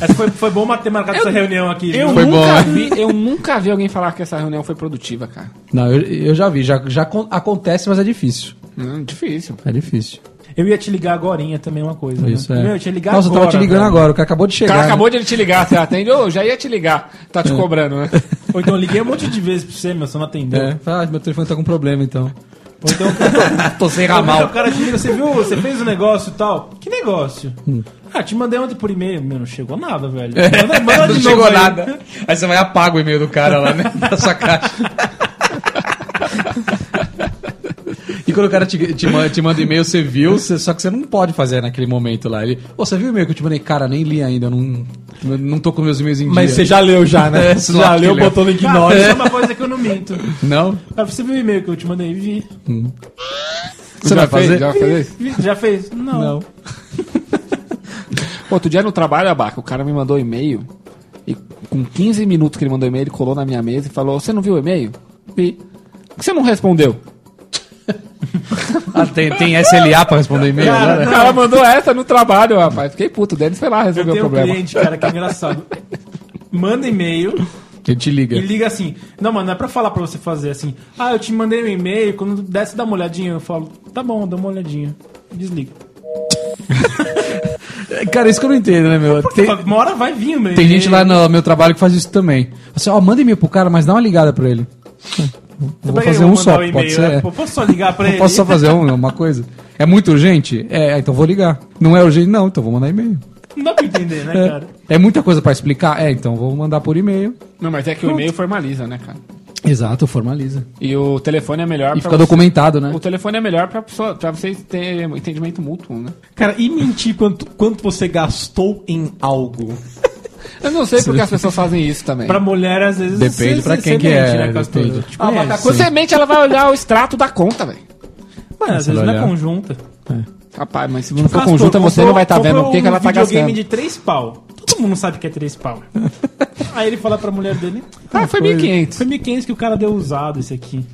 C: Essa foi, foi bom ter marcado essa reunião aqui. viu?
B: Foi
D: Nunca
B: bom.
D: vi- eu nunca vi alguém falar que essa reunião foi produtiva, cara.
B: Não, eu, eu já vi, já, já acon- acontece, mas é difícil.
D: Hum, difícil.
B: É difícil.
C: Eu ia te ligar agorinha também, uma coisa. né?
B: Isso é.
C: Meu, eu te ligar
B: Nossa, eu
C: agora.
B: tava te ligando
C: velho.
B: agora, o cara acabou de
D: O
B: chegar.
D: cara
B: né?
D: acabou de ele te ligar, você atende? Ô, já ia te ligar. Tá te cobrando, né?
C: Ou então eu liguei um monte de vezes pra você, meu, você não atendeu.
B: É, fala, ah, meu telefone tá com problema então.
C: Ou então o cara,
B: Tô sem
C: Ou então o cara te liga, você viu, você fez o negócio e tal. Que negócio?
B: Hum.
C: Ah, te mandei ontem por e-mail. Meu, não chegou nada, velho. Manda, manda de
B: É. não
C: novo
B: chegou
C: aí.
B: nada. Aí você vai e apaga o e-mail do cara lá, né? Da sua caixa. E quando o cara te, te manda, te manda e-mail, você viu, você- só que você não pode fazer naquele momento lá. Ele, ô, você viu o e-mail que eu te mandei? Cara, nem li ainda, eu não, eu não tô com meus e-mails em
A: Mas você
B: dia.
A: já leu já, né?
B: É,
A: Você
B: lá
A: já
B: que
A: leu,
B: leu.
A: botou no
C: Cara,
A: ignore.
C: isso é uma coisa que eu não minto.
B: Não?
C: Ah, você viu o e-mail que eu te mandei? Vi.
B: Você vai
D: fez?
B: fazer?
D: Já fez isso?
C: Vi. Já fez? Não.
B: Não.
D: Outro dia no trabalho, Abaca, o cara me mandou um e-mail. E com 15 minutos que ele mandou e-mail, ele colou na minha mesa e falou: Você não viu o e-mail? Vi. Por que você não respondeu?
B: Ah, tem, tem SLA pra responder e-mail agora?
D: O cara mandou essa no trabalho, rapaz. Fiquei puto. O Denis foi lá
C: Eu
D: resolver o
C: tenho um
D: problema.
C: cliente, cara, que é engraçado. Manda e-mail
B: Que te liga.
C: e liga assim. Não, mano, não é pra falar pra você fazer assim. Ah, eu te mandei um e-mail, quando desce dá uma olhadinha, eu falo, tá bom, dá uma olhadinha. Desliga.
B: Cara, isso que eu não entendo, né, meu? Tem,
C: Uma hora vai vir o meu
B: tem
C: e-mail.
B: gente lá no meu trabalho que faz isso também. Assim, ó, manda e-mail pro cara, mas dá uma ligada pra ele.
C: Eu
B: Vou
C: peguei,
B: fazer
C: eu
B: um
C: mandar
B: só,
C: o e-mail,
B: pode ser.
C: né?
B: é.
C: Pô, posso só ligar pra ele?
B: Posso ah, só fazer um- uma coisa? É muito urgente? É, então vou ligar. Não é urgente? Não, então vou mandar e-mail.
C: Não dá pra entender, né, cara?
B: É muita coisa pra explicar? É, então vou mandar por e-mail.
D: Não, mas é que o e-mail formaliza, né, cara?
B: Exato, formaliza.
D: E o telefone é melhor
B: E
D: pra
B: fica
D: você-
B: documentado, né?
D: O telefone é melhor pra, pessoa, pra vocês terem um entendimento mútuo, né?
A: Cara, e mentir quanto, quanto você gastou em algo?
D: Eu não sei porque as pessoas fazem isso também.
C: É. Pra mulher, às vezes.
B: Depende
C: você-
B: pra
C: você
B: quem que
C: mente,
B: é.
C: né, Castor?
B: depende.
C: Tipo,
D: Ah, mas quando você mente, ela vai olhar o extrato da conta, velho.
C: Mano, às
B: Você
C: vezes
B: vai
C: não é
B: olhar.
C: conjunta.
D: Rapaz, mas se não for
C: Castor,
D: conjunta, você
C: comprou-
D: não vai estar
C: comprou
D: vendo o que, que ela tá
C: um videogame
D: gastando.
C: de 3 pau. Todo mundo sabe que é 3 pau. Aí ele fala pra mulher dele:
D: Ah, foi 1.500.
C: Foi 1.500 que o cara deu usado esse aqui.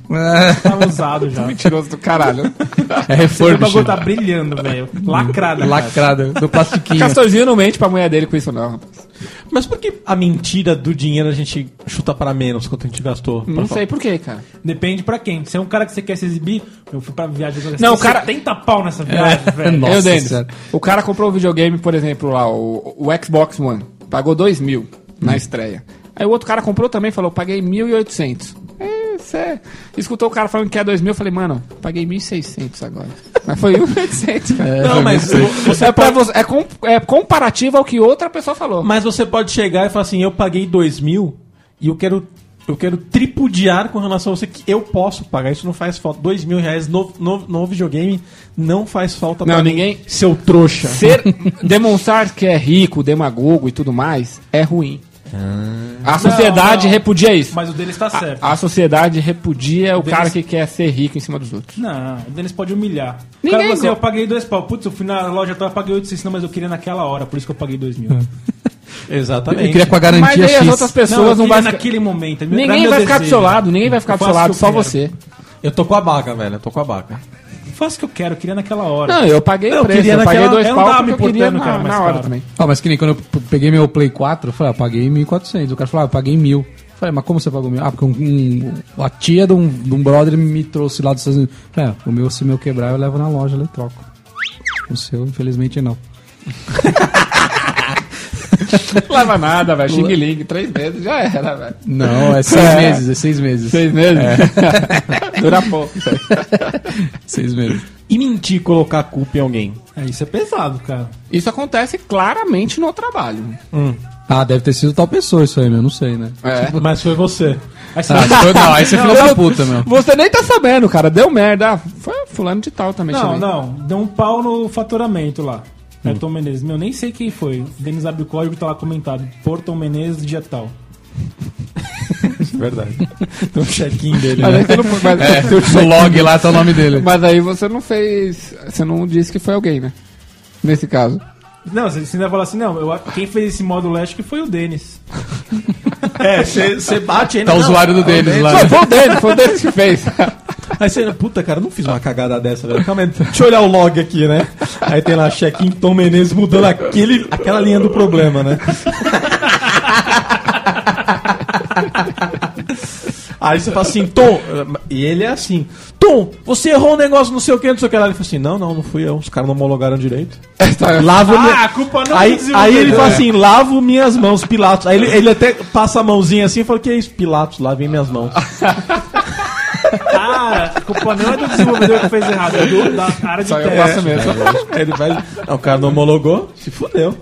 C: Tá usado já.
D: Mentiroso do caralho.
B: É
C: O bagulho
B: refurbished.
C: tá brilhando, velho. Lacrada. cara.
B: Lacrado, do plastiquinho.
D: Castorzinho não mente pra mulher dele com isso, não. rapaz.
A: Mas por que a mentira do dinheiro a gente chuta para menos quanto a gente gastou?
D: Não sei por quê, cara.
C: Depende pra quem. Se é um cara que você quer se exibir, eu fui pra viagem. eu gastei
D: Não, o cara- É.
C: 70 pau nessa viagem, velho.
B: Nossa
D: eu, Denis,
B: Senhora.
D: o cara comprou o videogame, por exemplo, lá, o, o Xbox One. Pagou 2 mil
B: Hum.
D: na estreia. Aí o outro cara comprou também falou, paguei 1.800. É, Cê... Escutou o cara falando que é 2 mil, eu falei, mano, paguei 1.600 agora. Mas foi 1.800, cara.
A: Não, mas, vo-
D: Você é, pra você- é com- é comparativo ao que outra pessoa falou.
A: mas você pode chegar e falar assim, eu paguei dois mil e eu quero, eu quero tripudiar com relação a você que eu posso pagar. Isso não faz falta. Dois mil reais no, no, no videogame não faz falta
D: Não,
A: pra
D: ninguém-
A: mim, seu trouxa.
D: Ser, demonstrar que é rico, demagogo e tudo mais é ruim.
B: Ah.
D: A sociedade
C: não.
D: repudia isso.
C: Mas o Denis tá certo.
D: A sociedade repudia o
C: Deles-
D: cara que quer ser rico em cima dos outros.
C: Não, o Denis pode humilhar. O
D: Ninguém
C: cara fala assim,
D: go-
C: eu paguei dois pau. Putz, eu fui na loja tal, eu paguei 800, não, mas eu queria naquela hora, por isso que eu paguei
D: É.
C: dois mil.
B: Eu
A: Exatamente.
B: queria com a
D: Mas
B: garantia
D: aí as
B: X.
D: outras pessoas não,
C: vai
D: vão.
C: naquele momento. é meu- era
D: Ninguém
C: meu
D: vai ficar do
C: desejo.
D: seu lado, ninguém vai ficar do
C: faço
D: seu
C: o
D: lado,
C: que
D: só
C: eu quero.
D: você.
A: Eu tô com a baga, velho. Eu tô com a baga.
C: Eu Faço o que eu quero, eu queria naquela hora.
D: Não, eu paguei
C: Eu
D: o preço,
C: queria
D: eu paguei
C: naquela- é
D: dois
C: eu não
D: pau
C: tava
D: porque eu
C: me
D: queria
C: importando,
D: na,
C: cara, mas
D: na hora
C: cara.
D: também.
B: Ó, mas que nem quando eu p- peguei meu Play 4, eu falei, ah, paguei 1.400. O cara falou, ah, eu paguei 1.000. Eu Falei, mas como você pagou mil? Ah, porque um, um- a tia de um, de um brother me trouxe lá dos Estados Unidos. Eu Falei, ah, o meu, se o meu quebrar, eu levo na loja, eu troco. O seu, infelizmente, não.
D: Não leva nada, velho. Xing Ling, três meses já era, velho.
B: Não, é seis meses, é seis meses.
D: Seis meses? Dura pouco. isso aí.
B: Seis meses.
A: E mentir, colocar a culpa em alguém.
C: É, isso é pesado, cara.
D: Isso acontece claramente no trabalho.
B: Ah, deve ter sido tal pessoa isso aí, meu. Não sei, né?
D: É.
A: Mas foi você.
C: Aí você
B: Ah, isso foi, não, aí você é filho da puta, meu.
D: Você nem tá sabendo, cara. Deu merda. Ah, Foi fulano de tal também.
C: Não,
D: também.
C: não. Deu um pau no faturamento lá. É
D: Hum.
C: Tom Menezes. Meu, nem sei quem foi. O Denis abre o código e tá lá comentado. Por Tom Menezes, dia tal.
A: Verdade. Tem um check-in dele.
D: Mas aí você não foi- mas-
B: É, no log lá tá o nome dele.
D: mas aí você não fez. Você não disse que foi alguém, né? Nesse caso.
C: Não, você você ainda fala assim, não, eu, a- quem fez esse módulo acho que foi o Denis.
A: É, você bate é ainda.
B: Tá o usuário do deles
C: Ah.
B: lá.
D: Foi, foi o Denis, foi o Denis que fez.
A: Aí você, puta, cara, não fiz uma cagada dessa, velho. Calma aí, deixa eu olhar o log aqui, né? Aí tem lá check-in Tom Menezes mudando aquele, aquela linha do problema, né? Aí você fala assim, Tom, e ele é assim, Tom, você errou um negócio, não sei o que, não sei o que lá. Ele fala assim, não, não, não fui eu, os caras não homologaram direito.
D: Ah,
A: Lavo minha-
C: a culpa
D: é
A: aí, aí ele
C: do desenvolvedor.
A: fala assim, lavo minhas mãos, Pilatos. Aí ele, ele até passa a mãozinha assim e fala, que é isso, Pilatos, lavem minhas mãos.
C: Cara, a culpa não é do desenvolvedor que fez errado, é do, da área de
D: Ah, Só eu
C: teste.
D: faço mesmo.
A: Aí ele vai. Não, o cara não homologou, se fudeu.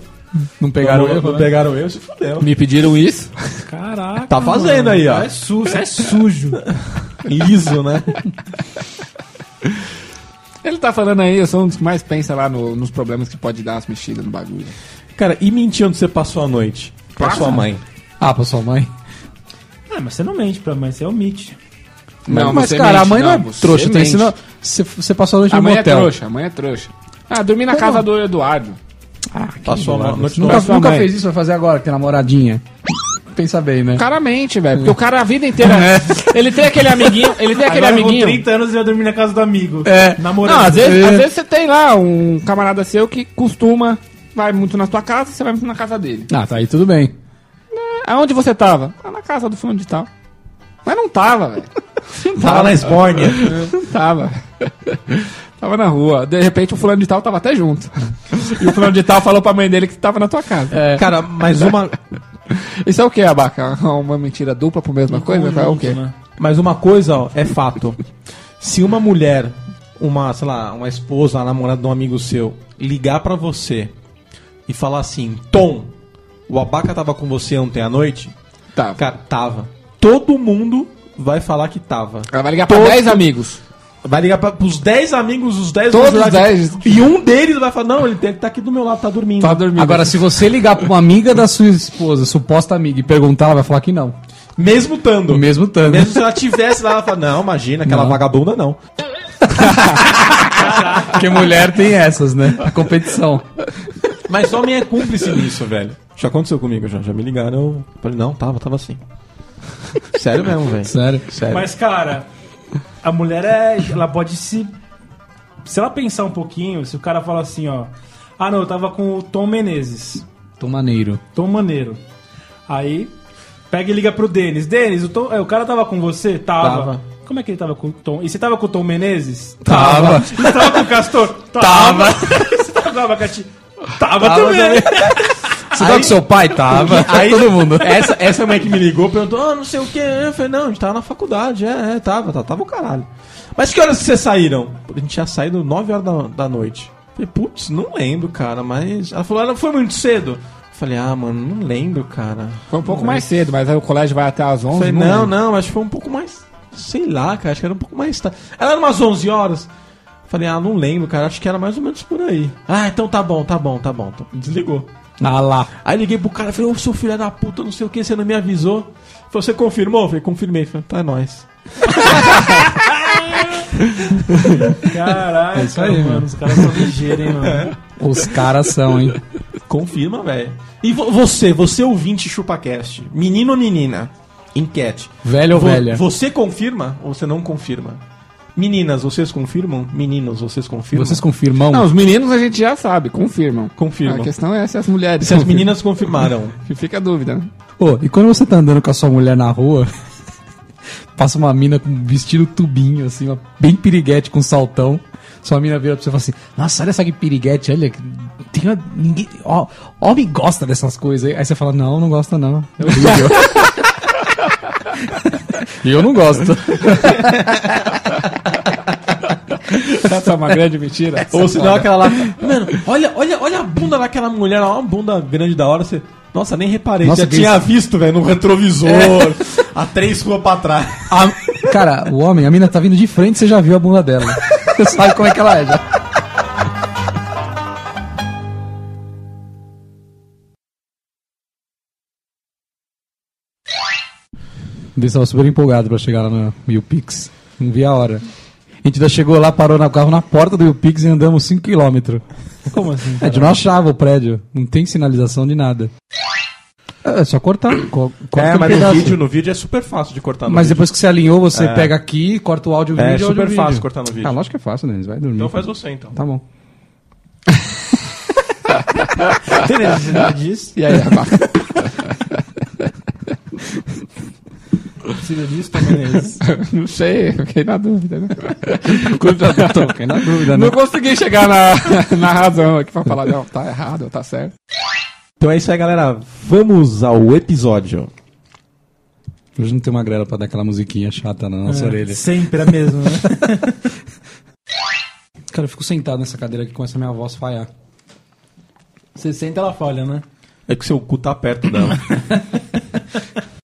B: Não
A: Pegaram
B: pegaram
A: eu,
D: né?
C: né?
B: eu.
A: pegaram eu, se fudeu.
D: Me pediram isso.
C: Caraca.
A: Tá fazendo aí, ó.
C: É sujo, é sujo.
A: Liso, né?
D: Ele tá falando aí, eu sou um dos que mais pensa lá no- nos problemas que pode dar as mexidas no bagulho.
A: Cara, e mentir onde você passou a noite? Pra sua mãe.
B: Ah, pra sua mãe.
C: Ah, mas você não mente pra mãe, você é o Mitch.
D: Não,
B: mas,
D: você
B: cara, a
D: mente,
B: mãe não, é
D: você
B: trouxa. Tem,
D: mente.
B: senão, você, você passou a noite
D: A
B: no
D: mãe é
B: motel.
D: trouxa, a mãe é trouxa. Ah, dormi na casa do Eduardo.
A: Passou a noite
B: Nunca,
A: no
D: sua
B: nunca
D: mãe.
B: fez isso, vai fazer agora, que tem namoradinha. Pensa bem, né?
D: O cara mente, velho. Porque o cara a vida inteira.
B: É.
D: Ele tem aquele amiguinho. Ele tem aquele
C: Agora eu
D: amiguinho.
C: com 30 anos e eu dormi na casa do amigo.
D: É.
C: Namorando.
D: Não, às vezes,
B: É.
D: às vezes você tem lá um camarada seu que costuma. Vai muito na tua casa, você vai muito na casa dele. É,
B: Ah, tá aí tudo bem.
D: Aonde você tava? Ah, na casa do fundo de tal. Mas não tava, velho.
A: Tava na Esbórnia.
D: Não tava. tava na rua. De repente o fulano de tal tava até junto. E o fulano de tal falou pra mãe dele que tava na tua casa.
C: É.
A: Cara, mas uma,
D: Isso é o que, Abaca? Uma mentira dupla por mesma coisa? é o quê?
A: mas uma coisa, ó, é fato. Se uma mulher, uma, sei lá, uma esposa, a namorada de um amigo seu, ligar pra você e falar assim: Tom, o Abaca tava com você ontem à noite?
D: Tá.
A: Cara, tava. Todo mundo vai falar que tava.
D: Ela vai ligar pra
A: Todo-
D: 10 amigos.
A: Vai ligar pra, pros 10 amigos, os 10
D: Todos
A: vão falar que-
D: 10.
A: E um deles vai falar: Não, ele tem que tá aqui do meu lado, tá dormindo.
D: Tá dormindo.
B: Agora, se você ligar pra uma amiga da sua esposa, suposta amiga, e perguntar, ela vai falar que não.
A: Mesmo tando.
B: O mesmo tanto.
A: Mesmo se ela tivesse lá, ela fala: Não, imagina, aquela
B: Não.
A: vagabunda não.
B: Porque mulher tem essas, né? A competição.
A: Mas homem é cúmplice nisso, velho. Já aconteceu comigo, já. Já me ligaram, eu falei, não, tava, tava assim. Sério mesmo, velho.
B: Sério.
A: Sério.
C: Mas, cara, a mulher é. Ela pode se. Se ela pensar um pouquinho, se o cara falar assim, ó. Ah, não, eu tava com o Tom Menezes.
B: Tô maneiro.
C: Tom Maneiro. Aí, pega e liga pro Denis. Denis, o, Tom- é, o cara tava com você? Tava.
A: Tava.
C: Como é que ele tava com o Tom? E você tava com o Tom Menezes?
B: Tava.
C: E Você tava com o Castor? Tava. você tava com o abacaxi? Tava, também.
B: Você tá com seu pai? Tava.
A: Aí-
B: todo mundo.
A: Essa, essa mãe que me ligou perguntou, ah, não sei o que. Eu falei, não, a gente tava na faculdade, é, é, tava, tava, tava o caralho. Mas que horas que vocês saíram? A gente tinha saído 9 horas da, da noite. Falei, putz, não lembro, cara, mas. Ela falou, ah, não foi muito cedo. Falei, ah, mano, não lembro, cara.
D: Foi um pouco mais né? cedo, mas aí o colégio vai até às é?" 11.
A: Falei, não,
D: lembro.
A: não, acho que foi um pouco mais. Sei lá, cara, acho que era um pouco mais tarde. Ela era umas 11 horas. Falei, ah, não lembro, cara, acho que era mais ou menos por aí. Ah, então tá bom, tá bom, tá bom. tá- Desligou.
B: Ah lá.
A: Aí liguei pro cara, falei, ô seu filho da puta, não sei o que, você não me avisou. Falei, você confirmou? Falei, confirmei. Falei, tá é nóis.
C: Caraca,
B: isso aí,
C: mano.
B: mano.
C: Os caras são ligeiros, hein, mano.
B: Os caras são, hein?
A: Confirma, velho. E vo- você, você ouvinte ChupaCast, menino ou menina? Enquete.
B: Velho ou
A: Vo-
B: velha?
A: Você confirma ou você não confirma? Meninas, vocês confirmam? Meninos, vocês confirmam?
B: Vocês confirmam?
D: Não, os meninos a gente já sabe, confirmam.
A: Confirmam.
D: A questão é se as mulheres.
A: Se as
D: confirmam.
A: meninas confirmaram.
D: Que Fica a dúvida, né?
B: Ô, e quando você tá andando com a sua mulher na rua, passa uma mina com um vestido tubinho, assim, uma- bem piriguete com saltão. Sua mina vira pra você e fala assim: Nossa, olha essa que piriguete, olha. que- Tem uma, ninguém, ó, homem gosta dessas coisas. Aí você fala: Não, não gosta não. É horrível. E eu não gosto.
D: Essa é uma grande mentira.
A: Ou se não, aquela lá. Mano, olha, olha, olha a bunda daquela mulher lá, uma bunda grande da hora. Você... Nossa, nem reparei.
B: Nossa,
A: já
B: que
A: tinha
B: isso. É.
A: visto, velho, no retrovisor. Há três ruas pra trás.
B: A- cara, o homem, a mina tá vindo de frente, você já viu a bunda dela. Você sabe como é que ela é já. Eu tava super empolgado pra chegar lá no YouPix. Não vi a hora. A gente ainda chegou lá, parou no carro na porta do YouPix e andamos 5km.
C: Como assim?
B: A gente não achava o prédio. Não tem sinalização de nada. É só cortar. co- corta um pedaço.
A: no vídeo é super fácil de cortar
B: Ah, Mas depois que você alinhou, você
A: É.
B: pega aqui, corta o áudio e o
A: É,
B: vídeo.
A: super
B: áudio, e
A: fácil
B: vídeo.
A: cortar no vídeo.
B: Ah, lógico que é fácil, Denis. Vai dormir.
A: Então faz você, então.
B: Tá bom.
C: Tem necessidade disso?
D: E aí, abaca.
C: Precisa disso, Tom
A: é
C: Menezes?
D: não sei, fiquei na dúvida, né?
B: Fiquei na dúvida, né?
D: Não consegui chegar na, na razão aqui pra falar, não, tá errado, tá certo.
A: Então é isso aí, galera. Vamos ao episódio.
B: Hoje não tem uma grela pra dar aquela musiquinha chata na nossa orelha.
C: Sempre a mesma, né?
B: Cara, eu fico sentado nessa cadeira aqui com essa minha voz falhar.
C: Você senta, ela falha, né?
A: É que seu cu tá perto dela.